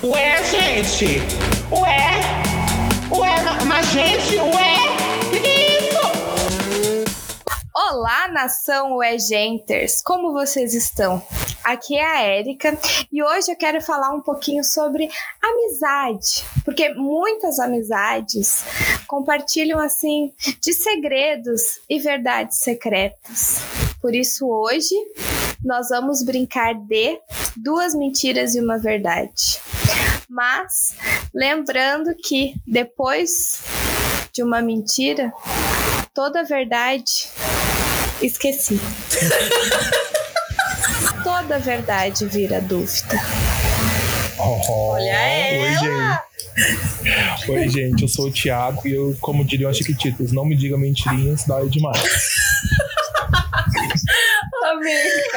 Ué, gente! Ué! Ué, ma- mas gente, ué! Que que é isso? Olá, nação Wegenters! Como vocês estão? Aqui é a Érica e hoje eu quero falar um pouquinho sobre amizade, porque muitas amizades compartilham assim de segredos e verdades secretas. Por isso, hoje nós vamos brincar de duas mentiras e uma verdade. Mas lembrando que depois de uma mentira, toda verdade Esqueci. Toda verdade vira dúvida. Olha ela! Oi, Oh, gente. Oi, gente. Eu sou o Thiago e eu, como diriam as chiquititas, não me diga mentirinhas, dói demais.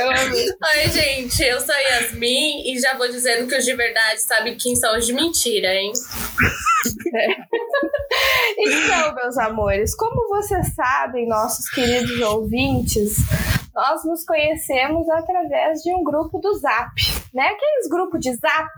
Oi, gente, eu sou a Yasmin e já vou dizendo que os de verdade sabem quem são os de mentira, hein? Então, meus amores, como vocês sabem, nossos queridos ouvintes, nós nos conhecemos através de um grupo do Zap, né? Aqueles grupos de Zap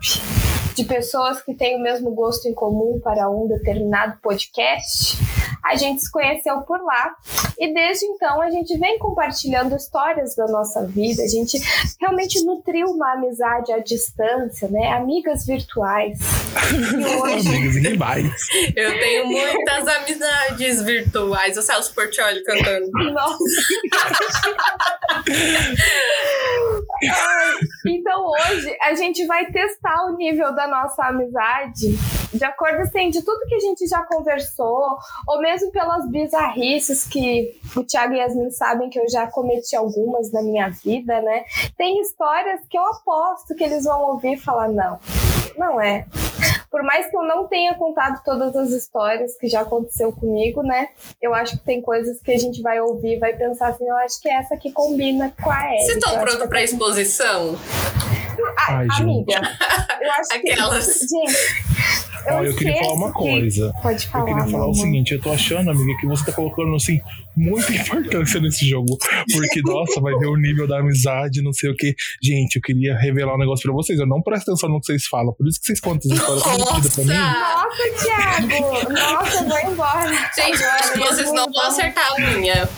de pessoas que têm o mesmo gosto em comum para um determinado podcast. A gente se conheceu por lá e desde então a gente vem compartilhando histórias da nossa vida. A gente realmente nutriu uma amizade à distância, né? Amigas virtuais. E hoje Amigos e rivais. Eu tenho muitas amizades virtuais. O Celso Portioli cantando. Nossa. Ai, então hoje a gente vai testar o nível da nossa amizade de acordo assim, de tudo que a gente já conversou, ou mesmo pelas bizarrices que o Thiago e Yasmin sabem que eu já cometi algumas na minha vida, né? Tem histórias que eu aposto que eles vão ouvir e falar, não, não é. Por mais que eu não tenha contado todas as histórias que já aconteceu comigo, né? Eu acho que tem coisas que a gente vai ouvir, vai pensar assim, eu acho que essa aqui combina com a Erika. Vocês Eu estão acho prontos que pra exposição? ah, Ai, gente. amiga, eu acho Aquelas. que. Gente, eu, Olha, eu queria esqueço falar uma que- coisa. Pode falar. Eu queria falar o amor. seguinte, eu tô achando, amiga, que você tá colocando, assim, muita importância nesse jogo. Porque, nossa, vai ver o nível da amizade, não sei o quê. Gente, eu queria revelar um negócio pra vocês. Eu não presto atenção no que vocês falam. Por isso que vocês contam as histórias tão mentiras pra mim. Nossa! Nossa, Thiago! Nossa, eu vou embora. Gente, Agora, vocês eu não vão embora. acertar a minha.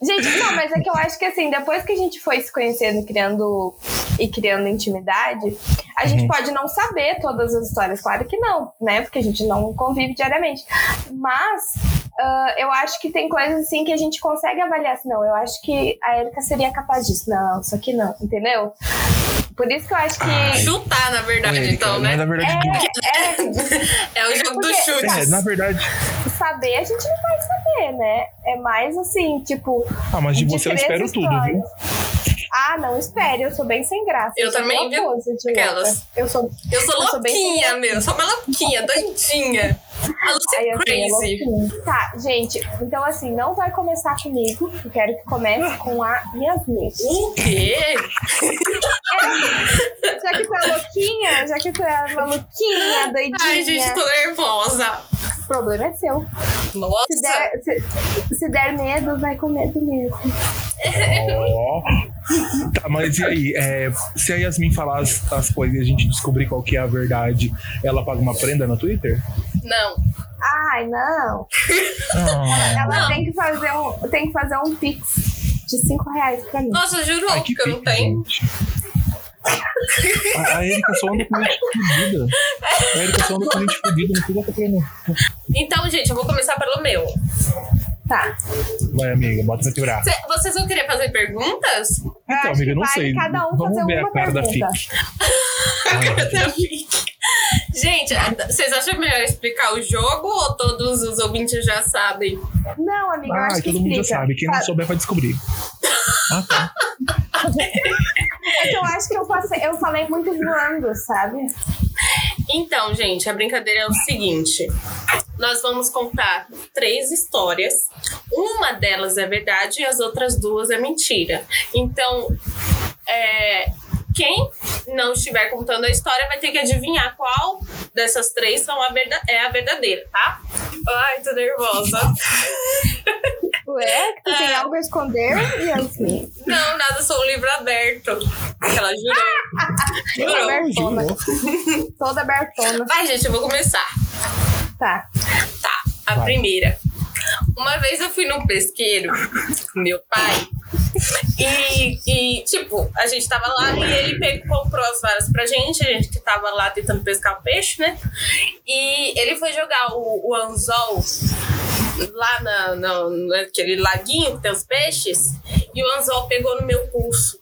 Gente, não, mas é que eu acho que assim, depois que a gente foi se conhecendo criando, e criando intimidade, a gente pode não saber todas as histórias, claro que não, né? Porque a gente não convive diariamente. Mas ah, eu acho que tem coisas assim que a gente consegue avaliar. Assim, não, eu acho que a Erika seria capaz disso. Não, isso aqui não, entendeu? Por isso que eu acho que. Ah, Ai, Chutar, na verdade, Érica, então, Mas, né? na verdade, é, É o jogo do Porque- é, na chute. verdade, saber a gente não vai saber, né? É mais assim, tipo. ah, mas de você eu três espero tudo, viu? histórias. Ah, não espere, eu sou bem sem graça. Eu sou também, uma viu? pose de Aquelas. louca. Eu sou. Eu sou Eu sou bem louquinha, meu. Sou uma louquinha, doidinha. A Ai, Lucy é eu sou Crazy. louquinha. Tá, gente, então assim, não vai começar comigo. Eu quero que comece com a Yasmin. O quê? Já que tu é louquinha, já que tu é maluquinha, doidinha. Ai, gente, tô nervosa. O problema é seu. Se Nossa. der, se- se der medo, vai com medo mesmo. Ó. Tá, mas e aí? É, se a Yasmin falar as, as coisas e a gente descobrir qual que é a verdade, ela paga uma prenda no Twitter? Não. Ai, não. Ah, Ela Não. tem que fazer um, tem que fazer um pix de 5 reais pra mim. Nossa, juro ai, que, eu não pica, tenho. gente. A, a Erika é só um anda com gente fodida. A Erika é só um anda com gente fodida, não precisa pra mim. Então, gente, eu vou começar pelo meu. Tá. Vai, amiga, bota pra quebrar. Cê- vocês vão querer fazer perguntas? Eu Então, acho que amiga, eu não vale sei. cada um Vamos fazer ver uma a cara pergunta. da FIC. Ah, gente, vocês acham melhor explicar o jogo ou todos os ouvintes já sabem? Não, amiga, eu ah, acho que todo mundo já explica. sabe. Quem não Fa- souber vai descobrir. Ah, tá. É que eu acho que eu, passei, eu falei muito voando, sabe? Então, gente, a brincadeira é o seguinte: nós vamos contar três histórias. Uma delas é verdade e as outras duas é mentira. Então, é, quem não estiver contando a história vai ter que adivinhar qual dessas três são a verda- é a verdadeira, tá? Ai, tô nervosa. Ué, tu tem algo a esconder? E assim. Não, nada, sou um livro aberto. Ela jurou. Toda jurou. abertona. Toda abertona. Vai, gente, eu vou começar. Tá. Tá, a Vai. primeira. Uma vez eu fui num pesqueiro, com meu pai, e, e, tipo, a gente tava lá e ele pegou, comprou as varas pra gente, a gente que tava lá tentando pescar o peixe, né? E ele foi jogar o, o anzol lá na, na- naquele laguinho que tem os peixes, e o anzol pegou no meu pulso.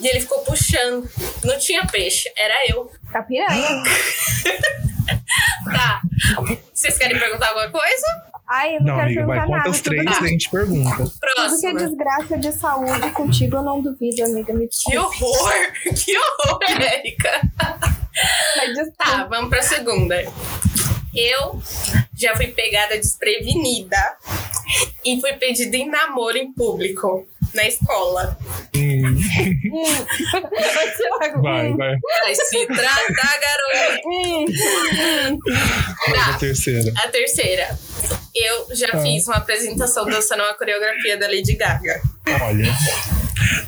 E ele ficou puxando. Não tinha peixe, era eu. Tá piranha. Tá. Vocês querem perguntar alguma coisa? Ai, eu não, Não, quero amiga, vai. perguntar nada. Conta os tudo três que- e a gente pergunta. Ah, Tudo que é Próxima. desgraça de saúde contigo, eu não duvido, amiga. Me Que desculpa. horror! Que horror, Érica! Mas assim, desculpa. Tá, vamos pra segunda. Eu já fui pegada desprevenida e fui pedida em namoro em público, na escola. Hum, Thiago. vai, vai. Vai se tratar, "Tá, garoto! Hum, Vai Tá. pra terceira. A terceira. Eu já Tá. fiz uma apresentação dançando uma coreografia da Lady Gaga. Olha.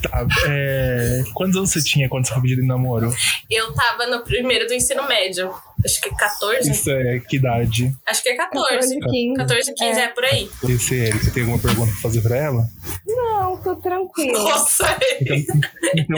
Tá, é, Quantos anos você tinha quando você foi pedido em namoro? Eu tava no primeiro do ensino médio. Acho que 14? Isso é que idade? Acho que é 14. 14, 15. 14, 15 é por aí. Esse é ele. Você tem alguma pergunta pra fazer pra ela? Não, tô tranquila. Nossa, Então,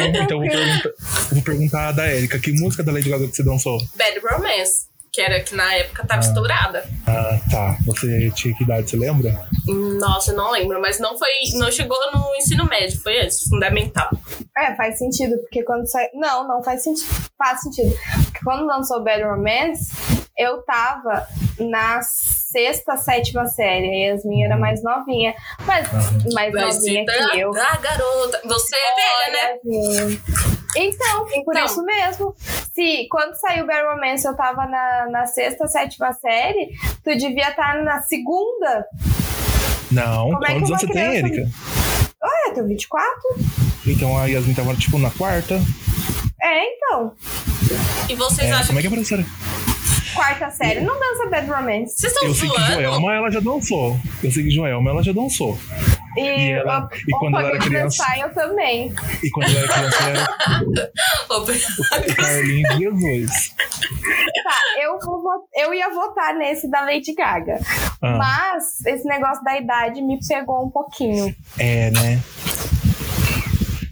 então, então eu vou, perguntar, vou perguntar a da Érica. Que música da Lady Gaga que você dançou? Bad Romance, que era que na época tava estourada. Ah, tá. Você tinha que idade, você lembra? Nossa, eu não lembro, mas não foi, não chegou no ensino médio, foi antes, fundamental. É, faz sentido, porque quando sai. Não, não faz sentido. Faz sentido. Porque quando lançou Bad Romance, eu tava na sexta, sétima série. E a Yasmin era mais novinha. Mas mais Vai se novinha que eu. tratar, ah, garota. Você é Olha, então tá velha, né? Yasmin. Então, por Então. isso mesmo. Se quando saiu Bad Romance eu tava na, na sexta, sétima série, tu devia estar na segunda. Não. Como é que quantos uma anos você tem, criança- Érica? Ué, teu 24? Então a Yasmin tava, tipo, na quarta. É, então. E vocês É, acham como que. é que é, professora? Quarta série. Não dança Bad Romance. Vocês Eu estão sei que zoando? Joelma, ela já dançou. Eu sei que Joelma, ela já dançou. E, E ela- o- e o quando ela era Pagode criança? Dançar, eu também. E quando ela era criança, ela era o Carlinhos Jesus. Tá, eu, vou vo- eu ia votar nesse da Lady Gaga. Ah. Mas esse negócio da idade me pegou um pouquinho. É, né?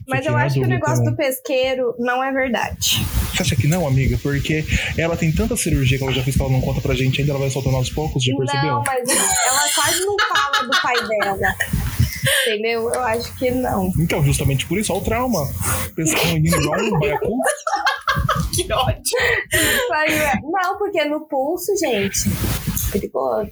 Mas Fiquei eu na acho que o dúvida negócio também. do pesqueiro não é verdade. Você acha que não, amiga? Porque ela tem tanta cirurgia que ela já fez que ela não conta pra gente ainda, ela vai soltando aos poucos, já percebeu? Não, mas ela quase não fala do pai dela. Entendeu? Eu acho que não. Então, justamente por isso, olha o trauma. Pensando em igual um beco. Que ódio. Isso aí é- Não, porque no pulso, gente. Perigoso.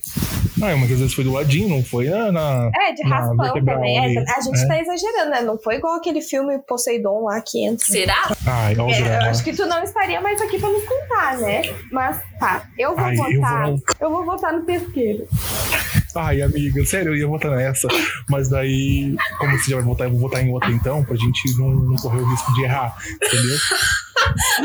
Ah, mas às vezes foi do ladinho, não foi na. na- É, de na raspão vertebral também. ali. É, a gente É. tá exagerando, né? Não foi igual aquele filme Poseidon lá que entra. Será? Ai, olha o É, eu drama. acho que tu não estaria mais aqui pra nos contar, né? Mas tá, eu vou Ai, eu votar. Eu vou- vou... votar no pesqueiro. Ai, amiga, sério, eu ia votar nessa. Mas daí, como você já vai votar, eu vou votar em outra então, pra gente não, não correr o risco de errar, entendeu? Ah,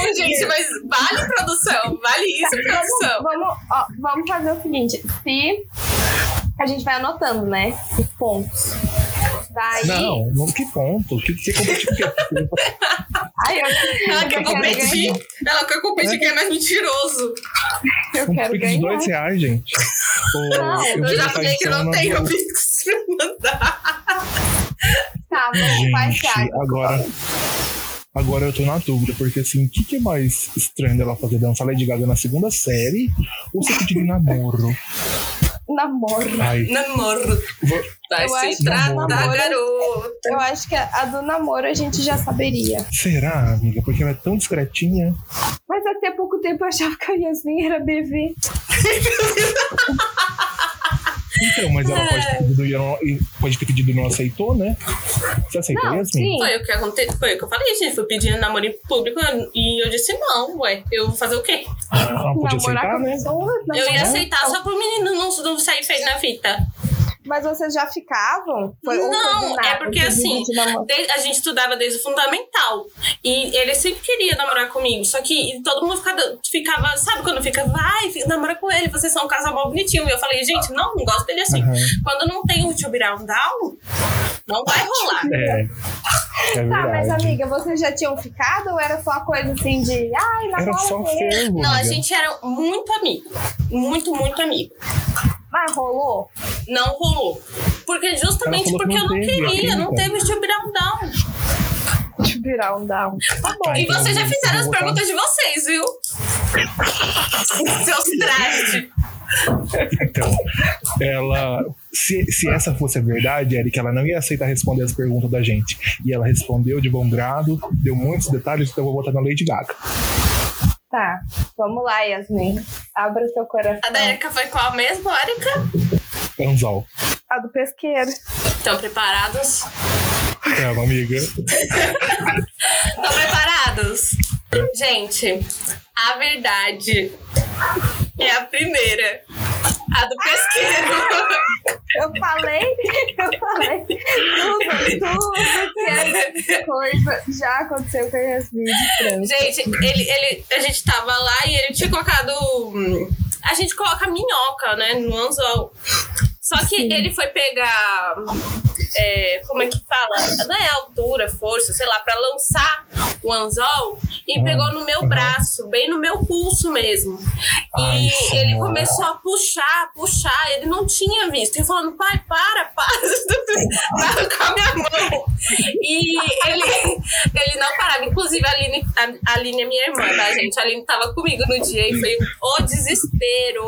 Não, gente, mas vale produção. Vale isso, produção. Vamos, ó, vamos fazer o seguinte: se a gente vai anotando, né? Os pontos. Daí. Não, não, que ponto? Que, que competitivo que é? Ai, eu, Ela eu quer quero competir. ganhar. Ela quer competir, que é mais mentiroso. Eu Um quero pix de ganhar. dois reais, gente. Ou Não, eu Eu, vou já votar, falei que então, não na- tenho pix pra mandar. Tá, vamos vai, Gente, Thiago. agora. Agora eu tô na dúvida, porque assim, o que, que é mais estranho dela fazer dançar Lady Gaga na segunda série ou se pedir em namoro? Namoro. Ai, Namoro. vou- Vai Eu se acho- tratar, Namoro. garoto. Eu acho que a, a do namoro a gente já saberia. será, amiga? Porque ela é tão discretinha. Mas até pouco tempo eu achava que a Yasmin era bebê. Então, mas ela pode É. ter pedido e ela- e pode ter pedido e não aceitou, né? Você aceitou Não, assim? sim. Foi o que aconteceu. Foi o que eu falei, gente. Fui pedindo namoro em público né? e eu disse não, ué. Eu vou fazer o quê? Ah, Ela namorar podia aceitar, com a né? pessoa. eu ia namorar- aceitar só pro menino não, não sair feio na fita. Mas vocês já ficavam? Foi ou foi do Não, nada, é porque esse assim, vídeo de namoro? de- a gente estudava desde o fundamental. E ele sempre queria namorar comigo. Só que e todo mundo ficava, ficava- sabe quando fica, vai, fica- namora com ele, vocês são um casal mó bonitinho. E eu falei, gente, não, não gosto dele assim. Aham. Quando não tem o to be down, down, não vai rolar. É. É Tá, verdade. mas amiga, vocês já tinham ficado ou era só uma coisa assim de. Ai, Era namora só com ele? fervo. Não, a amiga. gente era muito amigo. Muito, muito amigo. Mas rolou? Não rolou. Porque justamente Ela falou porque que eu não não teve, então. queria, não acredita? teve o to be down, down. De virar um down. Tá bom. Ai, E vocês já então, fizeram vou as voltar. perguntas de vocês, viu? Seus trastes. Então, ela. Se, se essa fosse a verdade, Eric, ela não ia aceitar responder as perguntas da gente. E ela respondeu de bom grado, deu muitos detalhes, então eu vou botar na Lady Gaga. Tá, vamos lá, Yasmin. Abra o seu coração. A da Erika foi qual mesmo, Erika? Anzol. A do pesqueiro. Estão preparados? Calma, É, amiga. Estão preparados? Gente, a verdade é a primeira. A do pesqueiro. Eu falei, eu falei. Tudo, tudo que é coisa já aconteceu com a Yasmin de trânsito. Gente, ele, ele, a gente tava lá e ele tinha colocado. hum, A gente coloca minhoca, né? No anzol. Só que ele foi pegar. é, como é que fala? Não é altura, força, sei lá, pra lançar o anzol e Hum. pegou no meu Uhum. braço, bem no meu pulso mesmo. Ai, e ele senhora. começou a puxar, puxar, ele não tinha visto. Eu falando, pai, para, para, para com a minha mão. E ele, ele não parava. Inclusive, a Aline, a, a Aline é minha irmã, tá, gente? A Aline tava comigo no dia e foi o desespero.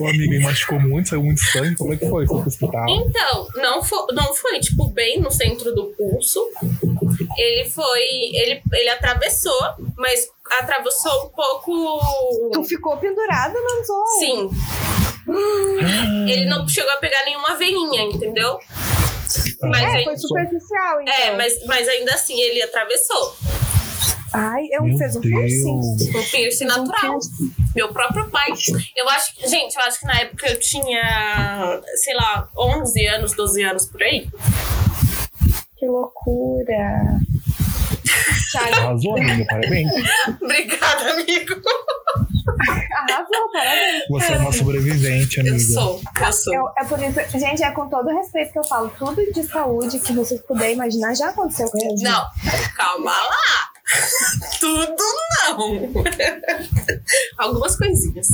Ô, amiga, e machucou muito, saiu muito sangue. Como é que foi? Foi pro hospital? Então, não foi, não foi, tipo, bem no centro do pulso. Ele foi. Ele, ele atravessou, mas atravessou um pouco. Tu ficou pendurada no anzol. Sim. Ele não chegou a pegar nenhuma veinha, entendeu? Mas É, aí- foi superficial, então. É, mas, mas ainda assim ele atravessou. Ai, eu Meu fez um piercing. Deus. Um piercing natural. Meu próprio pai. Eu acho que, gente, eu acho que na época eu tinha, sei lá, 11 anos, 12 anos por aí. Que loucura. Thiago, Arrasou, amiga. Parabéns. Obrigada, amigo. arrasou, parabéns. Você é uma sobrevivente, amiga. Eu sou, eu sou. Eu- é por isso, gente, é com todo o respeito que eu falo. Tudo de saúde que vocês puderem imaginar já aconteceu com eles. Não, calma lá. Tudo não. Algumas coisinhas.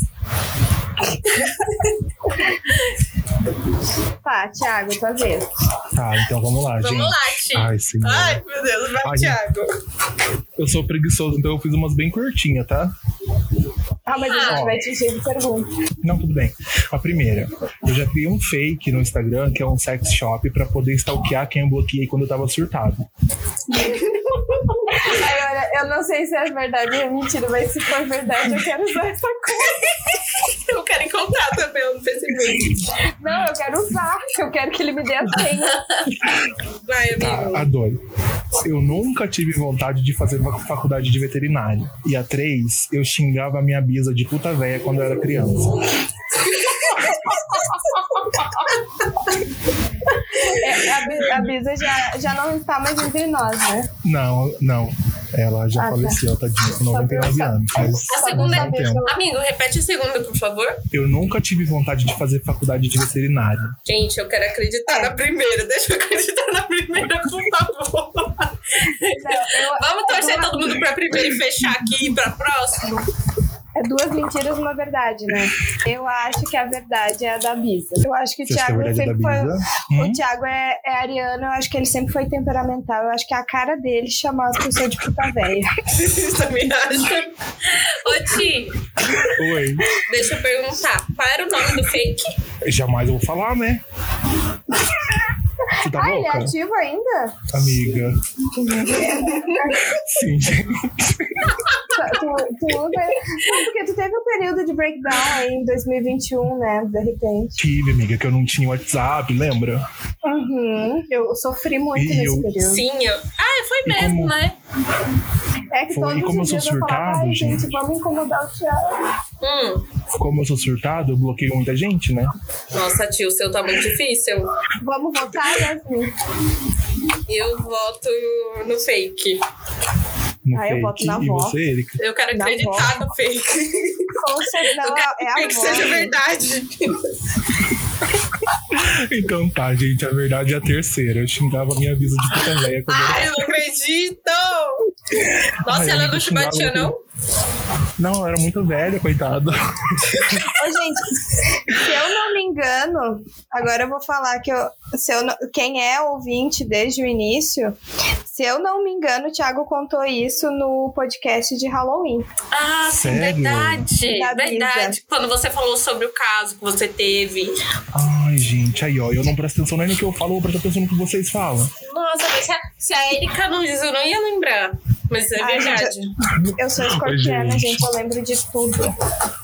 Tá, Thiago, tua vez. Tá, então vamos lá, gente. Vamos lá, Ti. Ai, senhor. Ai, meu Deus, vai, Ai. Thiago. Eu sou preguiçoso, então eu fiz umas bem curtinhas, tá? Ah, mas a gente Ah. vai te encher de perguntas. Não, tudo bem. A primeira, eu já criei um fake no Instagram, que é um sex shop, pra poder stalkear quem eu bloqueei quando eu tava surtado. Aí, olha, eu não sei se é verdade ou mentira, mas se for verdade, eu quero usar essa coisa. Eu quero encontrar também no Facebook. Não, eu quero usar. Eu quero que ele me dê a senha. Vai, amigo. Tá, adoro. Eu nunca tive vontade de fazer uma faculdade de veterinária. E a três, eu xingava a minha bisa de puta véia quando eu era criança. É, a, Bi- a Bisa já, já não está mais entre nós, né? Não, não. Ela já Ah, tá. faleceu, tadinha, com Só 99 pra- anos. Mas A segunda faz um tempo. Amigo, repete a segunda, por favor. Eu nunca tive vontade de fazer faculdade de veterinária. Gente, eu quero acreditar na primeira. Deixa eu acreditar na primeira, por favor. Então, Vamos torcer todo mundo pra primeira e fechar aqui e ir pra próxima? É duas mentiras, uma verdade, né? Eu acho que a verdade é a da Bisa. Eu acho que o Você acha que a Thiago verdade é da sempre foi. Bisa? O Hum? Thiago é, é ariano, eu acho que ele sempre foi temperamental. Eu acho que é a cara dele chamar as pessoas de puta velha. Isso também acho. Ô, Ti, Oi. deixa eu perguntar. Qual era o nome do fake? Jamais eu vou falar, né? Você tá Ah, ele é louca? ativo ainda? Amiga. Sim, gente. Tu, tu- tu tudo. Não, porque tu teve um período de breakdown aí em 2021, né? De repente. Tive, amiga, que eu não tinha WhatsApp, lembra? Uhum. Eu sofri muito E nesse eu- período. Sim, eu... Ah, foi E mesmo, como- né? É que Foi, todos e como os eu sou dias eu falava, surtado, ai, gente, gente." vamos incomodar o Thiago. Hum. Como eu sou surtado, eu bloqueio muita gente, né? Nossa, tio, o seu tá muito difícil. Vamos votar, né, assim. Yasmin? Eu voto no fake. No Ah, eu voto na e avó. você, Erika? Eu quero Não, acreditar no fake. Com certeza, eu não, quero é a que seja voz. verdade. Então tá, gente, a verdade é a terceira. Eu xingava minha vida de puta velha quando eu... Ai, eu não acredito! Nossa, Ai, ela amiga, não te batia, xingava não? Não, eu era muito velha, coitada. Ô, gente, se eu não me engano, agora eu vou falar que eu, se eu não- quem é ouvinte desde o início, se eu não me engano, o Thiago contou isso no podcast de Halloween. Ah, sim, Sério? verdade. Da verdade. Brisa. Quando você falou sobre o caso que você teve. Ai, gente, aí ó, eu não presto atenção nem no que eu falo, eu presto atenção no que vocês falam. Nossa, mas se a, se a Erika não diz, eu não ia lembrar. Mas é Ai, verdade. Eu sou escorpiana, Oi, gente. gente. eu lembro de tudo.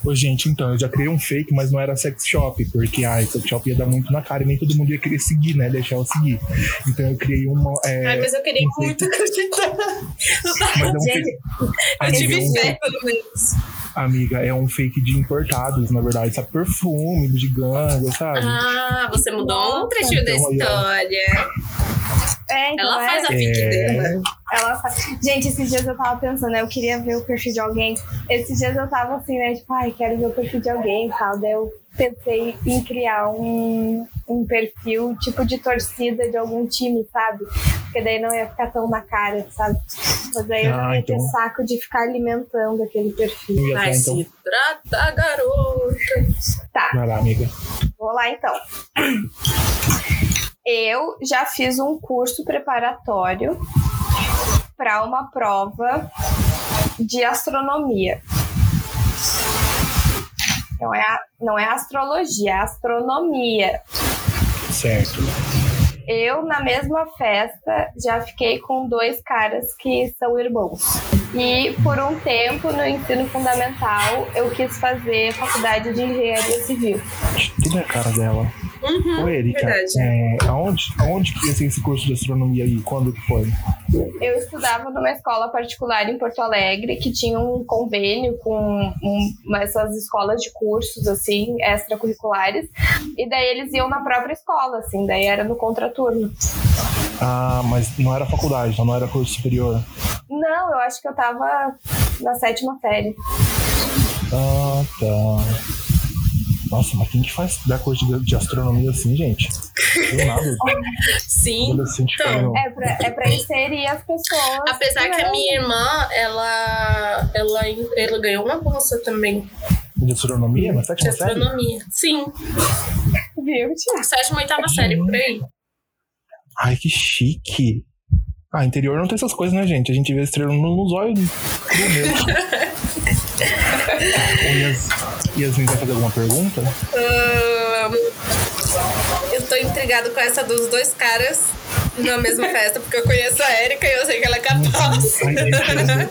Ô, gente, então, eu já criei um fake, mas não era sex shop, porque ai, sex shop ia dar muito na cara e nem todo mundo ia querer seguir, né? Deixar eu seguir. Então eu criei uma. é, Ai, mas eu queria um fake, muito acreditar. mas é um Gente, fake- Eu amiga, tive é um- fé, pelo menos. Amiga, é um fake de importados, na verdade. Sabe, perfume de ganga, sabe? Ah, você mudou um trechinho da Então, aí, ó. história. É, então é- Ela faz a fic É. dela. Ela fa- Gente, esses dias eu tava pensando, né, eu queria ver o perfil de alguém. Esses dias eu tava assim, né? Tipo, ai, quero ver o perfil de alguém e tal. Daí eu pensei em criar um, um perfil tipo de torcida de algum time, sabe? Porque daí não ia ficar tão na cara, sabe? Mas aí eu Ah, não ia ter então. saco de ficar alimentando aquele perfil. Eu ia Vai até, então. se trata, garota. Tá, É, Vai lá, amiga. Vou lá então. Eu já fiz um curso preparatório para uma prova de astronomia. Não é, a- não é astrologia, é astronomia. Certo. Eu, na mesma festa, já fiquei com dois caras que são irmãos. E por um tempo, no ensino fundamental, eu quis fazer faculdade de engenharia civil. Tudo é a cara dela. Uhum, Ô, Erika, verdade. é, aonde, aonde que ia ser esse curso de astronomia aí? Quando que foi? Eu estudava numa escola particular em Porto Alegre que tinha um convênio com um- essas escolas de cursos assim extracurriculares e daí eles iam na própria escola assim, daí era no contraturno. Ah, mas não era faculdade, não era curso superior. Não, eu acho que eu tava na sétima série. Ah, tá. Nossa, mas quem que faz dar curso de, de astronomia assim, gente? Do nada. Sim. Adolescente Então, fazendo- É pra, é pra inserir as pessoas. Apesar que a minha irmã, ela, ela, ela ganhou uma bolsa também De astronomia? tá Na de sétima série? astronomia. Sim, Viu, tia? sétima, oitava série, por aí. Ai, que chique. Ah, interior não tem essas coisas, né, gente? A gente vê estrela no- nos olhos do mesmo. Ô, Yas- Yasmin vai fazer alguma pergunta? Ahn, eu tô intrigado com essa dos dois caras na mesma festa, porque eu conheço a Erika e eu sei que ela é capaz. Ai, gente, Yasmin,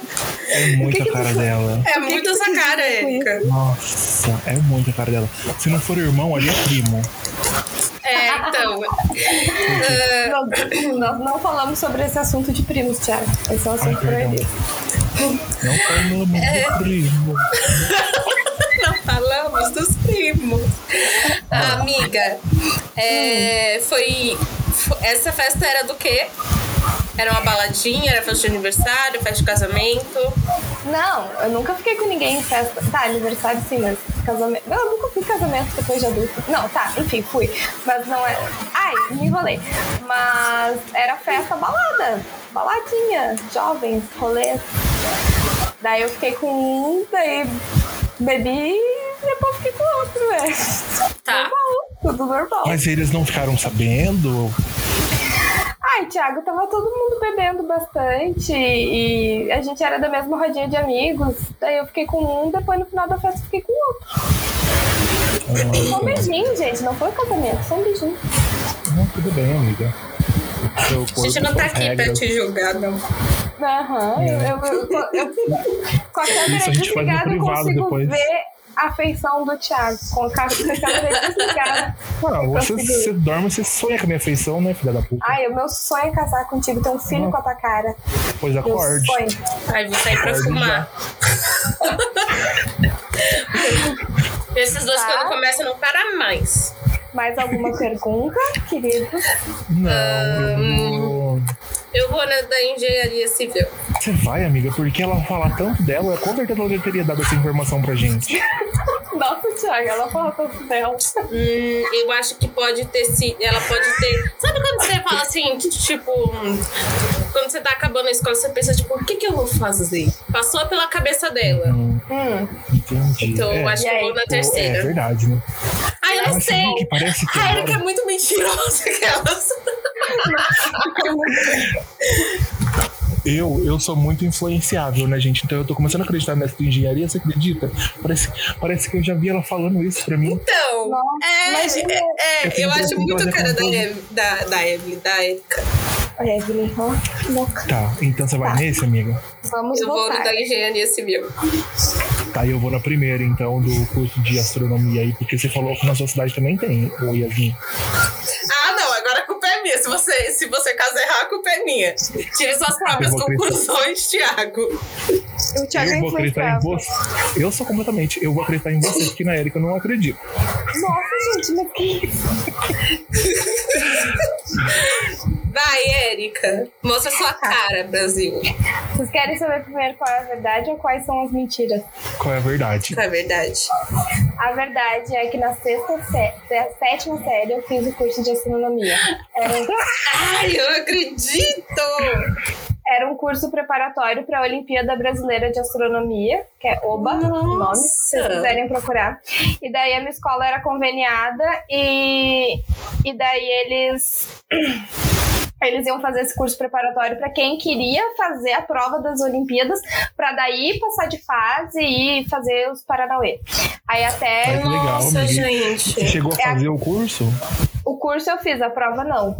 é muito a cara dela. É muito que tu essa quis cara, dizer com Erika. Nossa, é muito a cara dela. Se não for irmão, ali é primo. É, então. Ahn, Ah. Nós- Nós não falamos sobre esse assunto de primos, Tiago. Esse é um Ai, assunto perdão. proibido. Não falamos É. do primo. não falamos dos primos. Amiga, é, foi, fo- Essa festa era do quê? Era uma baladinha, era festa de aniversário, festa de casamento. Não, eu nunca fiquei com ninguém em festa. Tá, aniversário sim, mas casamento. Não, eu nunca fui em casamento depois de adulto. Não, tá, enfim, fui. Mas não é. Ai, me enrolei. Mas era festa balada. Baladinha, jovens, rolê. Daí eu fiquei com um, daí bebi e depois fiquei com outro, velho. Tá. Normal, tudo normal. Mas eles não ficaram sabendo? Ai, Thiago, tava todo mundo bebendo bastante e a gente era da mesma rodinha de amigos. Daí eu fiquei com um, depois no final da festa eu fiquei com o outro. Só um beijinho, gente, não foi um casamento, só um beijinho. Não, tudo bem, amiga. Seu corpo, A gente não tá suas aqui pra regras. te julgar, não. Aham, eu, eu, eu, eu- com a câmera Isso a gente faz no desligada, eu privado consigo depois. ver a feição do Thiago. Com a câmera com a câmera desligada. Ah, eu você, consigo- você dorme, você sonha com a minha feição, né, filha da puta? Ai, o meu sonho é casar contigo, ter um filho com a tua cara. Pois Meu acorde. sonho. Aí vou sair é pra Pode fumar. Esses dois, Tá. quando começam, não para mais. Mais alguma pergunta, querido? Não, Ah, eu hum. vou- Eu vou na da engenharia civil. Você vai, amiga, porque ela fala tanto dela, com certeza ela já teria dado essa informação pra gente. Nossa, Thiago, ela fala tanto dela. Hum, eu acho que pode ter sido. Ela pode ter. Sabe quando você fala assim, que, tipo. hum, Quando você tá acabando a escola, você pensa, tipo, o que, que eu vou fazer? Passou pela cabeça dela. Hum, Entendi. Então eu é, acho E que eu aí? vou na pô, É terceira. verdade, né? Ah, eu não Mas sei. sabe o que parece que A Erika é agora- muito mentirosa, aquelas. Eu, eu sou muito influenciável, né, gente? Então eu tô começando a acreditar nessa engenharia, você acredita? Parece, parece que eu já vi ela falando isso pra mim. Então, Nossa, é, imagina. é, Eu tenho eu acho certeza muito que a ela já cara da contou. Evelyn, da, da Evelyn, da Erika. é, Evelyn, ó, que louca. Tá, então você vai nesse, amiga? Vamos Eu vou no voltar. da engenharia civil. Tá, eu vou na primeira, então, do curso de astronomia aí, porque você falou que na sua cidade também tem, o Yasmin. Ah, não, agora a culpa é minha. Se você, se você casar errar, a culpa é minha. Tire suas próprias Eu vou acreditar. conclusões, Thiago. O Thiago é eu vou acreditar em influenciável. você. Eu sou completamente. Eu vou acreditar em você, porque na Erika eu não acredito. Nossa, gente, mas que... Vai, Érica. Mostra sua cara, Brasil. Vocês querem saber primeiro qual é a verdade ou quais são as mentiras? Qual é a verdade? Na verdade. A verdade é que na sexta sé- na sétima série eu fiz o curso de astronomia. Era um, Ai, eu não acredito! era um curso preparatório para a Olimpíada Brasileira de Astronomia, que é OBA, o nome, se vocês Nossa! quiserem procurar. E daí a minha escola era conveniada e, e daí eles. Eles iam fazer esse curso preparatório para quem queria fazer a prova das Olimpíadas, para daí passar de fase e fazer os Paranauê. Aí até Mas- Legal, Nossa, amiga. Você gente. chegou a É a- fazer o curso? O curso eu fiz, a prova não.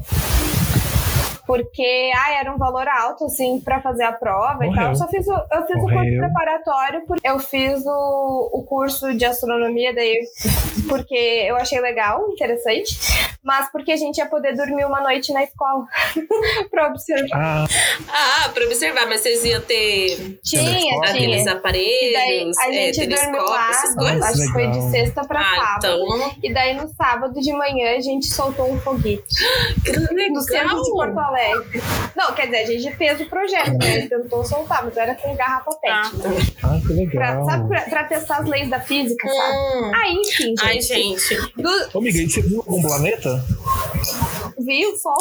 Porque ah, era um valor alto, assim, pra fazer a prova e Morreu. tal. Eu só fiz o, eu fiz o curso Morreu. preparatório, porque eu fiz o, o curso de astronomia, daí, porque eu achei legal, interessante, mas porque a gente ia poder dormir uma noite na escola pra observar. Ah, Ah, pra observar, mas vocês iam ter Tinha, aqueles tinha. E daí aparelhos, a Ah, é, gente dormiu telescópio, lá, essas coisas. acho que foi de Legal. sexta pra Ah, sábado. então. E daí no sábado de manhã a gente soltou um foguete. Que no centro de Porto legal! Alegre. é. Não, quer dizer, a gente fez o projeto, né? A gente tentou soltar, mas era com garrafa pet. né? Ah, tá. ah, que Pra, legal. sabe, pra, pra testar as leis da física, sabe? Hum. Aí, enfim, gente, Ai, gente. do- Ô, Miguel, você viu algum planeta? viu o sol?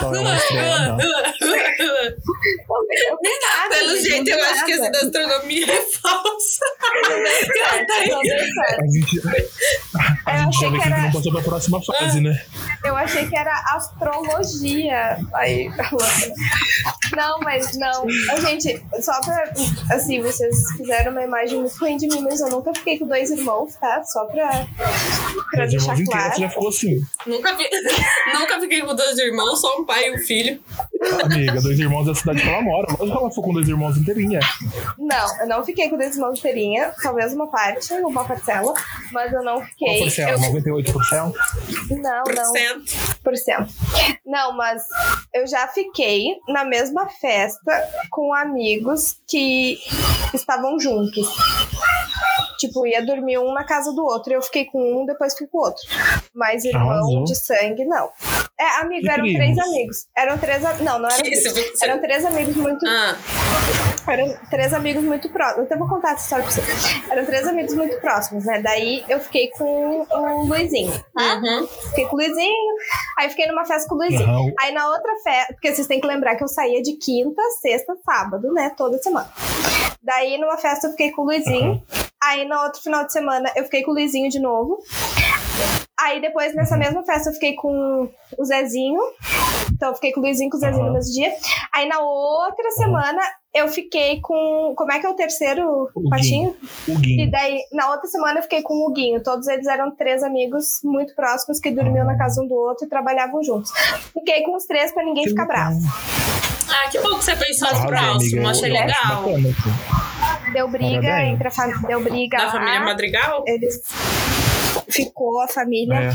Só é uma estrela, né? é Pelo jeito, eu é acho que esse da astronomia é falso. Ela tá aí. A gente, a é Eu gente já achei vê que que não era, passou pra próxima fase, né? eu achei que era astrologia. Aí, não, mas não. Ô, gente, só pra. Assim, vocês fizeram uma imagem muito ruim de mim, mas eu nunca fiquei com dois irmãos, tá? Só pra, pra As deixar irmãs inteiras claro. já falou assim. Nunca, fi- Nunca fiquei com dois irmãos, só um pai e um filho. Amiga, dois irmãos da cidade que ela mora. Lógico que ela ficou com dois irmãos né? inteirinha. Não, eu não fiquei com desmão inteirinha, talvez uma parte, uma parcela, mas eu não Qual fiquei. porcela? 98%? Eu- não, não, Certo. por cento. Não, mas eu já fiquei na mesma festa com amigos que estavam juntos. Tipo, ia dormir um na casa do outro. Eu fiquei com um, depois fiquei com o outro. Mas irmão Arrasou. de sangue, não. É, amigo, E eram três primos? amigos. Eram três. a- Não, não eram. Que isso, primos. você- Eram três amigos muito Ah, eram três amigos muito próximos. Então, Eu até vou contar essa história pra vocês. Eram três amigos muito próximos, né? Daí eu fiquei com o Luizinho. uhum. Fiquei com o Luizinho, aí fiquei numa festa com o Luizinho. Não. Aí na outra festa, porque vocês têm que lembrar que eu saía de quinta, sexta, sábado, né? Toda semana. Daí numa festa eu fiquei com o Luizinho. Aí no outro final de semana eu fiquei com o Luizinho de novo. Aí depois nessa mesma festa eu fiquei com o Zezinho. Então eu fiquei com o Luizinho e com o Zezinho no Aham. mesmo dia. Aí na outra semana eu fiquei com. Como é que é o terceiro O patinho? O E Gui. daí, na outra semana, eu fiquei com o Huguinho. Todos eles eram três amigos muito próximos que dormiam na casa um do outro e trabalhavam juntos. Fiquei com os três pra ninguém ficar bravo. Ah, que bom que você pensou no Então, Arrasou, próximo, eu- achei eu acho legal. bacana, assim. Deu briga Parabéns. entre a família. Deu briga da lá. família Madrigal? Eles ficou a É. família.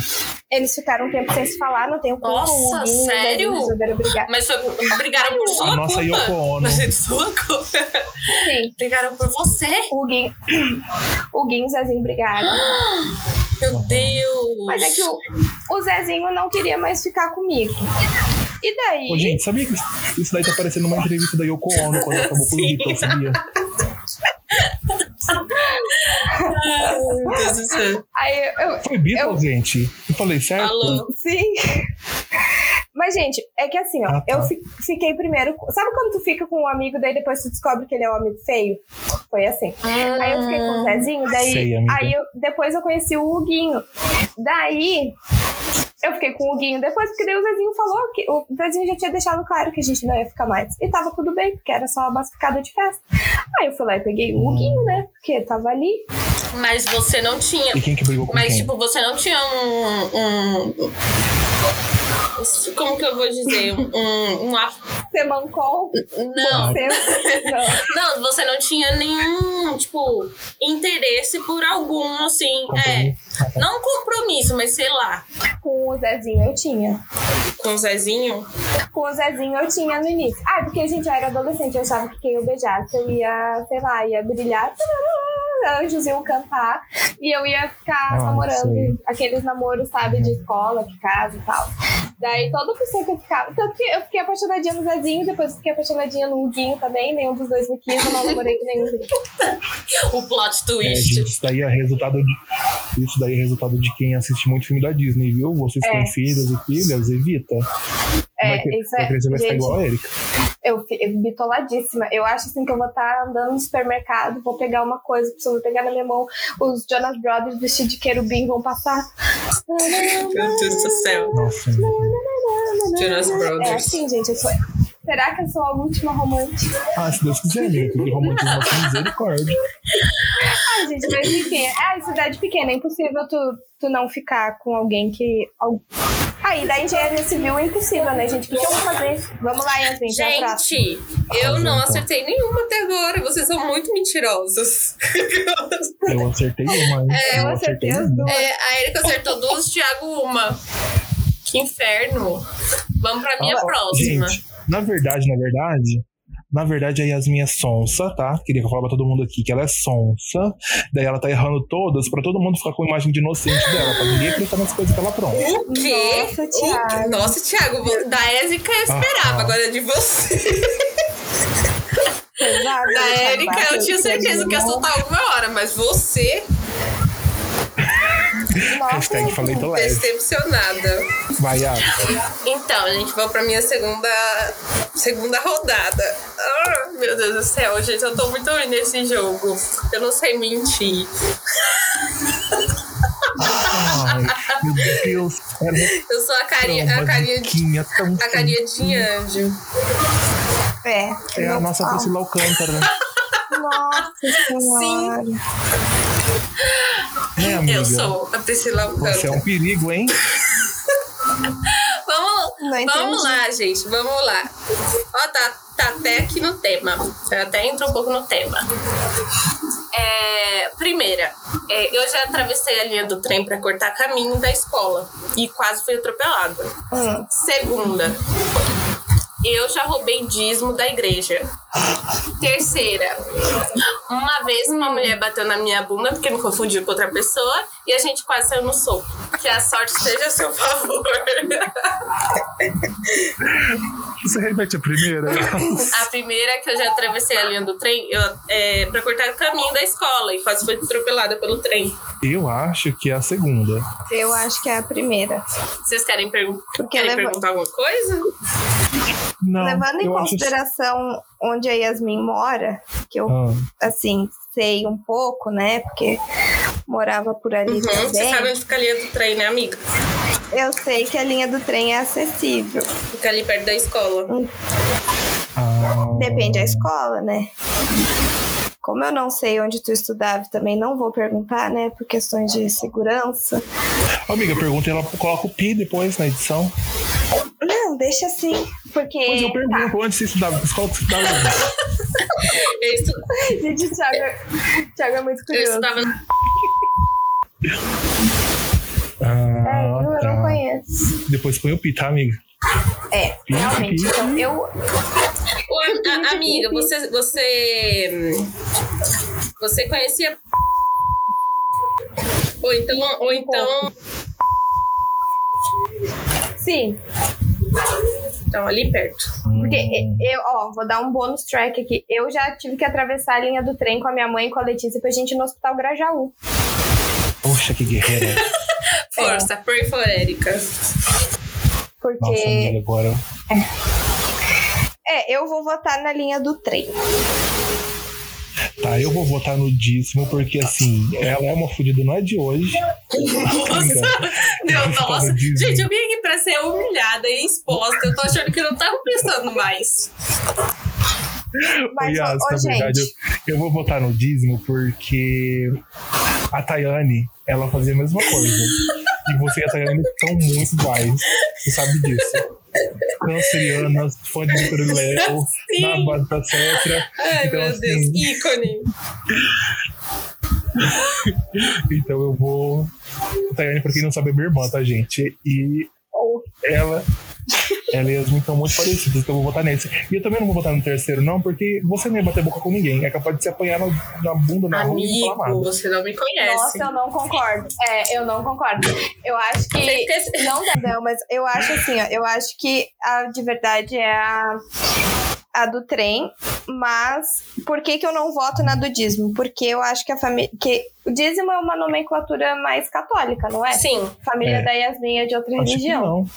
Eles ficaram um tempo sem se falar, não tem o Nossa, o Guinho, eles sério? resolveram brigar. Mas foi- brigaram por sua A nossa culpa. Yoko Ono. Mas é sua culpa. Sim. Brigaram por você. O Guin, o Guin e o Zezinho brigaram. Meu Deus. Mas é que o, o Zezinho não queria mais ficar comigo. E daí? Ô, gente, sabia que isso- isso daí tá parecendo uma entrevista da Yoko Ono quando ela acabou com o Sim. Vitor, sabia? Ai, meu Deus do céu. Aí eu, eu- Foi Beatles, Eu- gente. Eu falei, certo? Alô. sim. Mas, gente, é que assim, ó, Ah, tá. eu fi- fiquei primeiro. com- Sabe quando tu fica com um amigo, daí depois tu descobre que ele é um amigo feio? Foi assim. Aí eu fiquei com o Zezinho, daí. Sei, amiga. aí eu, depois eu conheci o Huguinho. Daí. Eu fiquei com o Huguinho depois, porque daí o Zezinho falou que o Zezinho já tinha deixado claro que a gente não ia ficar mais. E tava tudo bem, porque era só uma ficada de festa. Aí eu fui lá e peguei o Huguinho, né? Porque tava ali. Mas você não tinha. E quem que brigou com Mas, quem? tipo, você não tinha um. um- como que eu vou dizer? Um, um af- Você mancou. Não, Você... não. não, você não tinha nenhum, tipo, interesse por algum, Tá assim, é. Não compromisso, mas sei lá. Com o Zezinho eu tinha. Com o Zezinho? Com o Zezinho eu tinha no início. Ah, porque a gente era adolescente, eu achava que quem eu beijasse eu ia, sei lá, ia brilhar. tarará, Anjos iam cantar e eu ia ficar Ah, namorando sei. aqueles namoros, sabe, de escola, de casa e tal. Daí toda pessoa que eu ficava. Tanto que eu fiquei apaixonadinha no Zezinho, depois fiquei apaixonadinha no Huguinho também, nenhum dos dois me quis, eu não namorei com nenhum deles. O plot É, twist. gente, isso daí é resultado de. Isso daí é resultado de quem assiste muito filme da Disney, viu? Vocês que É. têm filhas e filhas, evita. É, vai que, isso vai é. crescer, vai ficar gente, igual a Erika. Eu, fi- eu bitoladíssima. Eu acho assim que eu vou estar andando no supermercado, vou pegar uma coisa, preciso vou pegar na minha mão. Os Jonas Brothers vestidos de querubim vão passar. Meu Deus do céu. Nossa, gente. Jonas Brothers. É assim, gente. Eu sou... Será que eu sou a última romântica? Ah, se Deus quiser, amiga, que romantismo assim, misericórdia. Ai, gente, mas enfim. É, cidade pequena, é impossível tu, tu não ficar com alguém que. al- Aí, da engenharia civil é impossível, né, gente? O que que eu vou fazer? Vamos lá, Yasmin, já próximo. Gente, Tá eu não acertei nenhuma até agora. Vocês são muito mentirosos. Eu acertei uma, hein? Eu acertei as duas. É, a Erika acertou duas, o Thiago uma. Que inferno. Vamos pra minha Ah, próxima. Gente, na verdade, na verdade. Na verdade, a Yasmin é sonsa, tá? Queria que eu falasse pra todo mundo aqui que ela é sonsa. Daí ela tá errando todas pra todo mundo ficar com a imagem de inocente dela, pra ninguém acreditar nas coisas que ela apronta. O quê? Nossa, O quê? Thiago. Nossa, Thiago, vo- da Érica eu esperava, Ah. agora é de você. Exato, Da gente, Érica É, eu abraço, tinha certeza que ia soltar alguma hora, mas você, Nossa, Hashtag falei tô leve. tá decepcionada. Vai, Yas. Então, gente, vou pra minha segunda, segunda rodada. Ah, meu Deus do céu, gente, eu tô muito ruim nesse jogo. Eu não sei mentir. Ai, meu Deus. é Era Eu sou a carinha, uma a carinha, de- diquinha tão a carinha de anjo. É. É a Não nossa fala. Priscila Alcântara, Nossa senhora. né, amiga? Eu sou a Priscila Você é Alcântara. um perigo, hein? Não Vamos, entendi. vamos lá, gente, vamos lá. Ó, tá, tá até aqui no tema. Tá Até entra um pouco no tema. É, primeira, é, eu já atravessei a linha do trem pra cortar caminho da escola e quase fui atropelada. Hum. Segunda, eu já roubei dízimo da igreja. Terceira, uma vez uma mulher bateu na minha bunda porque me confundiu com outra pessoa e a gente quase saiu no soco. Que a sorte esteja a seu favor. Você repete a primeira? A primeira que eu já atravessei a linha do trem eu, é, pra cortar o caminho da escola e quase foi atropelada pelo trem. Eu acho que é a segunda. Eu acho que é a primeira. Vocês querem, pergun Porque querem leva- perguntar alguma coisa? Não, Levando em eu acho- consideração onde a Yasmin mora, que eu, Ah, assim, sei um pouco, né? Porque morava por ali Uhum. Você também. sabe onde fica a linha do trem, né, amiga? Eu sei que a linha do trem é acessível. Fica ali perto da escola. ah, Depende da escola, né? Como eu não sei onde tu estudava, também não vou perguntar, né? Por questões de segurança. Amiga, pergunta e ela coloca o pi depois na edição. Não, não, deixa assim. Porque. Mas eu pergunto antes você estudava, que escola que você estudava? Eu, estu- Gente, o Thiago, o Thiago é muito eu curioso. estudava É, eu, eu Ah, não tá. conheço. Depois põe o pi, tá, amiga? É, Ih, realmente. ih. Então, eu. Ô, a- a- amiga, você, você. hum, Você conhecia. Ou então. Ou então, Sim, então ali perto. porque Hum. eu, ó, vou dar um bônus track aqui. Eu já tive que atravessar a linha do trem com a minha mãe e com a Letícia pra gente ir no Hospital Grajaú. Poxa, que guerreira. é. Força, perforérica. Porque. Nossa, amiga, agora. É, eu vou votar na linha do trem. Tá, eu vou votar no dízimo, porque assim, ela é uma fudida, não é de hoje. Nossa, deu, nossa. Diz- Gente, eu vim aqui pra ser humilhada e exposta. Eu tô achando que eu não tava pensando mais. Mas, Ô, Yas, ô, na gente. verdade, eu, eu vou votar no dízimo porque a Tayane, ela fazia a mesma coisa. e você e a Tayane são muito iguais. Você sabe disso. Cancerianas, fã de Vitor e Léo, Sim. na base da Cetra. Ai, Então, meu Deus. assim, Ícone. Então eu vou. A Tayane, pra quem não sabe, é minha irmã, tá, gente? E ela. Ela e as minhas são muito parecidas, então eu vou votar nesse. E eu também não vou votar no terceiro, não, porque você nem vai bater boca com ninguém. É capaz de se apanhar na, na bunda, na rua e não falar Amigo, nada. você não me Nossa, conhece. eu não concordo. É, eu não concordo. Eu acho que. Não, não, mas eu acho assim, ó, eu acho que a de verdade é a, a do trem, mas por que, que eu não voto na do dízimo? Porque eu acho que a família. que O dízimo é uma nomenclatura mais católica, não é? Sim, Família É. da Yasmin é de outra Acho que religião. não.